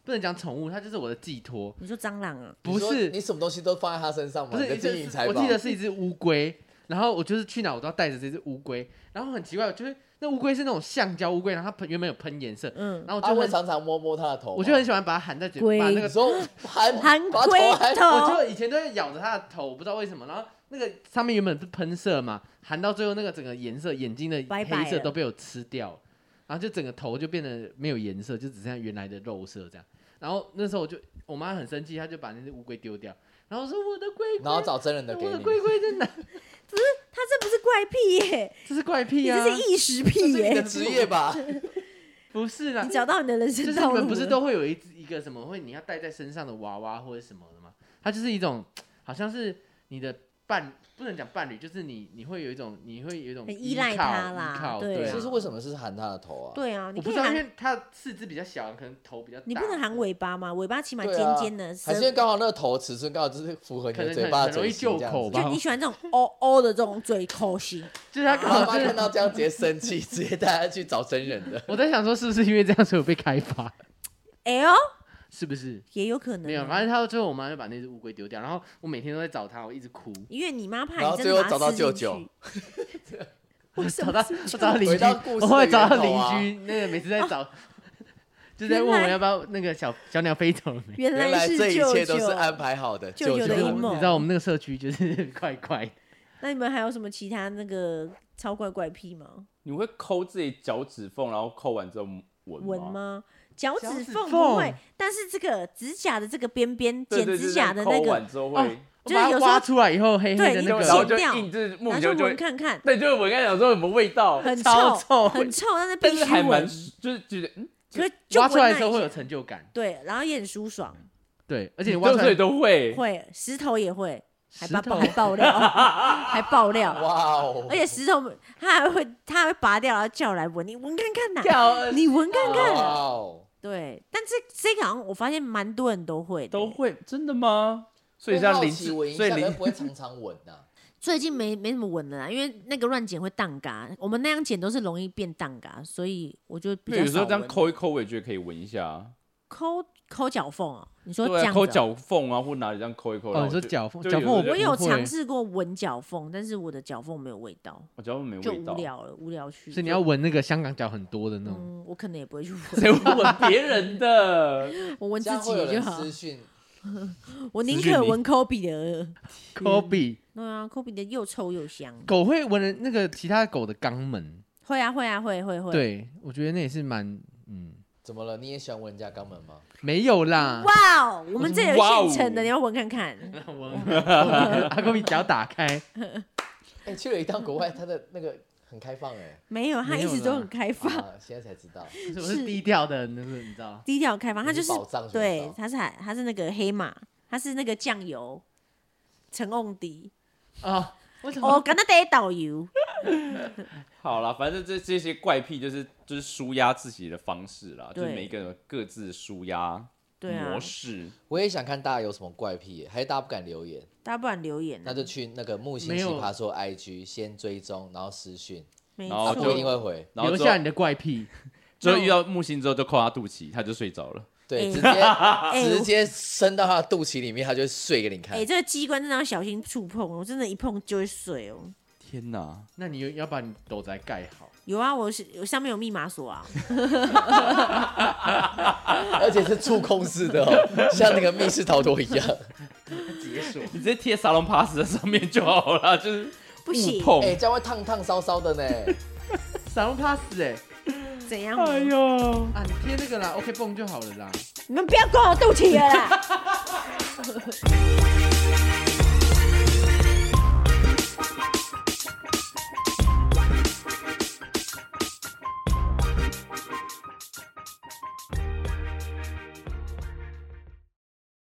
[SPEAKER 3] 不能讲宠物，它就是我的寄托。
[SPEAKER 1] 你说蟑螂啊？
[SPEAKER 3] 不
[SPEAKER 4] 你说
[SPEAKER 3] 是，
[SPEAKER 4] 你什么东西都放在他身上吗？
[SPEAKER 3] 不是
[SPEAKER 4] 你的
[SPEAKER 3] 一只
[SPEAKER 4] 金银财宝。
[SPEAKER 3] 我记得是一只乌龟，然后我就是去哪我都要带着这只乌龟，然后很奇怪，我就是那乌龟是那种橡胶乌龟，然后它喷原本有喷颜色，
[SPEAKER 1] 嗯，
[SPEAKER 3] 然后我
[SPEAKER 4] 他
[SPEAKER 3] 就
[SPEAKER 4] 会
[SPEAKER 3] 很
[SPEAKER 4] 常常摸摸他的头吗。
[SPEAKER 3] 我就很喜欢把它含在嘴
[SPEAKER 1] 龟
[SPEAKER 3] 巴，把那
[SPEAKER 4] 你
[SPEAKER 3] 个
[SPEAKER 4] 说 含
[SPEAKER 1] 含
[SPEAKER 4] 把头
[SPEAKER 1] 龟
[SPEAKER 4] 含
[SPEAKER 3] 我
[SPEAKER 1] 头，
[SPEAKER 3] 就以前都会咬着它的头，我不知道为什么，然后那个上面原本是喷射嘛，含到最后那个整个颜色眼睛的
[SPEAKER 1] 拜拜
[SPEAKER 3] 黑色
[SPEAKER 1] 了
[SPEAKER 3] 都被我吃掉了然后就整个头就变得没有颜色，就只剩下原来的肉色这样。然后那时候我就我妈很生气，她就把那只乌龟丢掉，然后我说我的龟龟，
[SPEAKER 4] 然后找真人的给
[SPEAKER 3] 我的
[SPEAKER 4] 你。
[SPEAKER 3] 龟龟在哪？
[SPEAKER 1] 它这不是怪癖耶，
[SPEAKER 3] 这是怪
[SPEAKER 1] 你
[SPEAKER 3] 癖啊！
[SPEAKER 1] 这是意识癖
[SPEAKER 4] 你
[SPEAKER 1] 耶啊
[SPEAKER 4] 的！职 业吧，
[SPEAKER 3] 不是啦
[SPEAKER 1] 你，找到你的人
[SPEAKER 3] 啊就
[SPEAKER 1] 生
[SPEAKER 3] 是
[SPEAKER 1] 道
[SPEAKER 3] 你
[SPEAKER 1] 路了，
[SPEAKER 3] 们不是都会有一一个什么会你要带在身上的娃娃或者什么的吗？它就是一种好像是你的伴，不能讲伴侣，就是你你会有一种你会有一种
[SPEAKER 1] 很
[SPEAKER 3] 依
[SPEAKER 1] 依赖
[SPEAKER 3] 靠
[SPEAKER 1] 他
[SPEAKER 3] 依
[SPEAKER 1] 啦
[SPEAKER 3] 靠
[SPEAKER 1] 对
[SPEAKER 3] 对
[SPEAKER 1] 啊
[SPEAKER 3] 啊
[SPEAKER 4] 所以是为什么是含他的头啊？
[SPEAKER 1] 对啊，你
[SPEAKER 3] 我不
[SPEAKER 1] 可以
[SPEAKER 3] 知道，因
[SPEAKER 1] 喊，
[SPEAKER 3] 为他四肢比较小，可能头比较大，
[SPEAKER 1] 你不能喊尾巴嘛，尾巴起码
[SPEAKER 4] 对
[SPEAKER 1] 尖
[SPEAKER 4] 啊，
[SPEAKER 1] 尖的，
[SPEAKER 4] 还是因为
[SPEAKER 1] 舌
[SPEAKER 4] 刚好那个头尺寸刚好就是符合你
[SPEAKER 3] 可能
[SPEAKER 4] 的嘴
[SPEAKER 3] 很
[SPEAKER 4] 巴的
[SPEAKER 3] 很容
[SPEAKER 4] 嘴
[SPEAKER 3] 易
[SPEAKER 4] 型
[SPEAKER 3] 救
[SPEAKER 4] 这样
[SPEAKER 3] 口
[SPEAKER 4] 子。
[SPEAKER 3] 吧
[SPEAKER 1] 就你喜欢这种哦哦的这种嘴口型，
[SPEAKER 3] 就是他刚
[SPEAKER 4] 妈
[SPEAKER 3] 好
[SPEAKER 4] 妈
[SPEAKER 3] 就
[SPEAKER 4] 看
[SPEAKER 3] 是
[SPEAKER 4] 到这样直接生气，直接带他去找真人的。
[SPEAKER 3] 我在想说是不是因为这样所以我被开发，
[SPEAKER 1] 哎呦，
[SPEAKER 3] 是不是？
[SPEAKER 1] 也有可能啊。
[SPEAKER 3] 没有，反正他最后我妈就把那只乌龟丢掉，然后我每天都在找它，我一直哭，
[SPEAKER 1] 因为你妈怕
[SPEAKER 4] 然
[SPEAKER 1] 你
[SPEAKER 4] 后
[SPEAKER 1] 真
[SPEAKER 4] 最
[SPEAKER 1] 的
[SPEAKER 4] 后
[SPEAKER 1] 把它
[SPEAKER 4] 找到
[SPEAKER 1] 吃
[SPEAKER 4] 舅
[SPEAKER 1] 进
[SPEAKER 4] 舅
[SPEAKER 1] 去。为什
[SPEAKER 3] 找
[SPEAKER 1] 么
[SPEAKER 3] 到我找到邻
[SPEAKER 4] 回
[SPEAKER 3] 居，
[SPEAKER 4] 到故事的
[SPEAKER 3] 我后来找到
[SPEAKER 4] 源头啊
[SPEAKER 3] 邻居，那个每次在 找，就在问
[SPEAKER 1] 原
[SPEAKER 3] 我
[SPEAKER 1] 来
[SPEAKER 3] 要不要那个小小鸟飞走了没。
[SPEAKER 1] 原
[SPEAKER 4] 原来
[SPEAKER 1] 是
[SPEAKER 4] 这一
[SPEAKER 1] 舅
[SPEAKER 4] 切都是
[SPEAKER 1] 舅。
[SPEAKER 4] 安排好的，
[SPEAKER 1] 舅 舅
[SPEAKER 4] 舅
[SPEAKER 1] 的
[SPEAKER 4] 舅
[SPEAKER 1] 阴谋
[SPEAKER 3] 你知道我们那个社区就是 怪怪的，
[SPEAKER 1] 那你们还有什么其他那个超怪怪癖吗？
[SPEAKER 2] 你会抠自己脚趾缝，然后抠完之后闻
[SPEAKER 1] 纹
[SPEAKER 2] 吗？
[SPEAKER 1] 吗？脚
[SPEAKER 3] 脚
[SPEAKER 1] 趾
[SPEAKER 3] 趾
[SPEAKER 1] 缝不会
[SPEAKER 3] 缝，
[SPEAKER 1] 但是这个指甲的这个边边，
[SPEAKER 2] 对
[SPEAKER 1] 剪
[SPEAKER 2] 对，
[SPEAKER 1] 指甲的
[SPEAKER 2] 就是
[SPEAKER 1] 那
[SPEAKER 2] 抠
[SPEAKER 1] 个
[SPEAKER 2] 完，之后
[SPEAKER 3] 哦
[SPEAKER 2] 会，
[SPEAKER 3] 我
[SPEAKER 1] 就是
[SPEAKER 3] 把
[SPEAKER 1] 有
[SPEAKER 3] 它
[SPEAKER 1] 时候
[SPEAKER 3] 挖出来以后黑黑
[SPEAKER 1] 对
[SPEAKER 3] 的
[SPEAKER 1] 你
[SPEAKER 3] 那
[SPEAKER 1] 就
[SPEAKER 2] 然后
[SPEAKER 3] 个
[SPEAKER 1] 剪
[SPEAKER 2] 就
[SPEAKER 1] 掉
[SPEAKER 2] 硬，就是莫
[SPEAKER 1] 拿去
[SPEAKER 2] 名其妙就
[SPEAKER 1] 闻
[SPEAKER 2] 会，
[SPEAKER 1] 看 看，
[SPEAKER 2] 对，就是闻，刚想说有没有味道，
[SPEAKER 1] 很
[SPEAKER 3] 超臭
[SPEAKER 1] 很臭，但是必
[SPEAKER 2] 但是
[SPEAKER 1] 须
[SPEAKER 2] 还蛮
[SPEAKER 1] 闻。
[SPEAKER 2] 就是觉得嗯，
[SPEAKER 1] 可是就
[SPEAKER 3] 挖出来
[SPEAKER 1] 闻
[SPEAKER 3] 的时候
[SPEAKER 1] 那
[SPEAKER 3] 会
[SPEAKER 1] 一
[SPEAKER 3] 有
[SPEAKER 1] 下
[SPEAKER 3] 成就感，
[SPEAKER 1] 对，然后也很舒爽，
[SPEAKER 3] 对，而且你挖
[SPEAKER 2] 六
[SPEAKER 3] 出
[SPEAKER 2] 岁
[SPEAKER 3] 来
[SPEAKER 2] 都会，
[SPEAKER 1] 会石头也会，还
[SPEAKER 3] 石
[SPEAKER 1] 爆
[SPEAKER 3] 头
[SPEAKER 1] 还爆料， 还爆料，
[SPEAKER 4] 哇哦！
[SPEAKER 1] 而且石头它还会它还会拔掉，然后叫我来闻，你闻看看呐、
[SPEAKER 2] 掉
[SPEAKER 1] 你闻看看、
[SPEAKER 4] 哇哦，
[SPEAKER 1] 对，但这这个好像我发现蛮多人都会的
[SPEAKER 2] 都
[SPEAKER 1] 欸
[SPEAKER 2] 会，真的吗？所以像
[SPEAKER 4] 我好
[SPEAKER 2] 林
[SPEAKER 4] 奇
[SPEAKER 2] 志，
[SPEAKER 4] 闻一
[SPEAKER 2] 所以
[SPEAKER 4] 下可
[SPEAKER 2] 林
[SPEAKER 4] 是不会常常闻啊呐。
[SPEAKER 1] 最近没没什么闻了啦，因为那个乱剪会荡嘎，我们那样剪都是容易变荡嘎，所以我就比
[SPEAKER 2] 因
[SPEAKER 1] 较
[SPEAKER 2] 为有时候这
[SPEAKER 1] 少
[SPEAKER 2] 样
[SPEAKER 1] 闻
[SPEAKER 2] 抠一抠，我也觉得可以闻一下啊，
[SPEAKER 1] 抠抠脚缝哦，你说这
[SPEAKER 2] 对
[SPEAKER 1] 样、
[SPEAKER 2] 啊，抠，脚缝啊，或哪里这样抠一抠。然
[SPEAKER 3] 哦，
[SPEAKER 2] 后
[SPEAKER 3] 你说
[SPEAKER 2] 就
[SPEAKER 3] 脚缝，
[SPEAKER 2] 就
[SPEAKER 3] 脚
[SPEAKER 2] 有
[SPEAKER 3] 缝
[SPEAKER 2] 的
[SPEAKER 1] 我
[SPEAKER 3] 不
[SPEAKER 1] 有
[SPEAKER 3] 会
[SPEAKER 1] 尝，试过闻脚缝，但是我的脚缝没有味道，
[SPEAKER 2] 我脚缝没
[SPEAKER 1] 就
[SPEAKER 2] 味
[SPEAKER 1] 无
[SPEAKER 2] 道，
[SPEAKER 1] 聊了，无聊去。
[SPEAKER 3] 所以你
[SPEAKER 1] 就
[SPEAKER 3] 要闻那个香港脚很多的那种。
[SPEAKER 1] 嗯，我可能也不会去
[SPEAKER 2] 哦谁
[SPEAKER 1] 闻，
[SPEAKER 2] 会闻别人的？
[SPEAKER 1] 我 闻
[SPEAKER 4] 这
[SPEAKER 1] 自
[SPEAKER 4] 样
[SPEAKER 1] 己
[SPEAKER 4] 会有
[SPEAKER 1] 的就
[SPEAKER 4] 人
[SPEAKER 1] 好
[SPEAKER 4] 私。讯，
[SPEAKER 1] 我宁
[SPEAKER 2] 私讯
[SPEAKER 1] 可
[SPEAKER 2] 你
[SPEAKER 1] 闻科比的，
[SPEAKER 3] 科比
[SPEAKER 1] 对啊，科比的又臭又香。
[SPEAKER 3] 狗会闻人那个其他狗的肛门，
[SPEAKER 1] 会啊，会啊，会会会。，
[SPEAKER 3] 对我觉得那也是蛮嗯
[SPEAKER 4] 怎么了？你也喜欢闻人家肛门吗？
[SPEAKER 3] 没有啦。
[SPEAKER 1] 哇哦，我们这有
[SPEAKER 2] 哇哦
[SPEAKER 1] 现成的，你要闻看看。
[SPEAKER 3] 阿科比脚打开，
[SPEAKER 4] 哎，去了一趟国外，他的那个很开放哎。
[SPEAKER 1] 没有，它
[SPEAKER 3] 没
[SPEAKER 1] 一
[SPEAKER 3] 有
[SPEAKER 1] 直都
[SPEAKER 3] 啦
[SPEAKER 1] 很开 放。
[SPEAKER 4] 啊，现在才知道，
[SPEAKER 3] 是不是低调的？那个你知道？
[SPEAKER 1] 低调开放，它
[SPEAKER 4] 你
[SPEAKER 1] 就是是
[SPEAKER 4] 宝藏选
[SPEAKER 1] 对
[SPEAKER 4] 手，
[SPEAKER 1] 它是海，它是那个黑马，它是那个酱油，陈瓮底，
[SPEAKER 3] 哦，为什
[SPEAKER 1] 哦，
[SPEAKER 3] 么？
[SPEAKER 1] 跟那得导游，
[SPEAKER 2] 好啦，反正这这些怪癖就是就是舒压自己的方式啦，就是
[SPEAKER 1] 对
[SPEAKER 2] 每一个人有各自的舒压
[SPEAKER 1] 对啊
[SPEAKER 2] 模，式。
[SPEAKER 4] 我也想看大家有什么怪癖耶，还是大家不敢留言，
[SPEAKER 1] 大家不然留言啊，
[SPEAKER 4] 那就去那个木星
[SPEAKER 3] 没
[SPEAKER 4] 奇
[SPEAKER 3] 有
[SPEAKER 4] 葩说 IG 先追踪，然后私讯，
[SPEAKER 1] 没
[SPEAKER 2] 然后
[SPEAKER 4] 啊
[SPEAKER 1] 错，
[SPEAKER 2] 就
[SPEAKER 4] 不一定会回，
[SPEAKER 2] 然后
[SPEAKER 3] 留
[SPEAKER 2] 之
[SPEAKER 3] 下
[SPEAKER 2] 后
[SPEAKER 3] 你的怪癖，
[SPEAKER 2] 之后遇到木星之后就抠他肚脐，他就睡着了。
[SPEAKER 4] 对，
[SPEAKER 1] 哎
[SPEAKER 4] 直接
[SPEAKER 1] 哎
[SPEAKER 4] 直接伸到他的肚脐里面，他就睡给你看
[SPEAKER 1] 哎，。这个机关真的要小心触碰，哦我真的一碰就会碎哦。
[SPEAKER 2] 天哪！
[SPEAKER 3] 那你要把你斗宅盖好。
[SPEAKER 1] 有啊，我是我上面有密码锁啊，
[SPEAKER 4] 而且是触控式的、哦，像那个密室逃脱一样。
[SPEAKER 2] 你直接贴沙龙 pass 在上面就好了，就是
[SPEAKER 1] 不行欸
[SPEAKER 2] 勿碰
[SPEAKER 4] 哎、。这样会烫烫烧烧的呢。
[SPEAKER 3] 散龙 pass 哎，
[SPEAKER 1] 怎样？
[SPEAKER 2] 哎呦，
[SPEAKER 3] 啊，你贴那个啦，OK 泵就好了啦。
[SPEAKER 1] 你们不要管我肚脐了啦。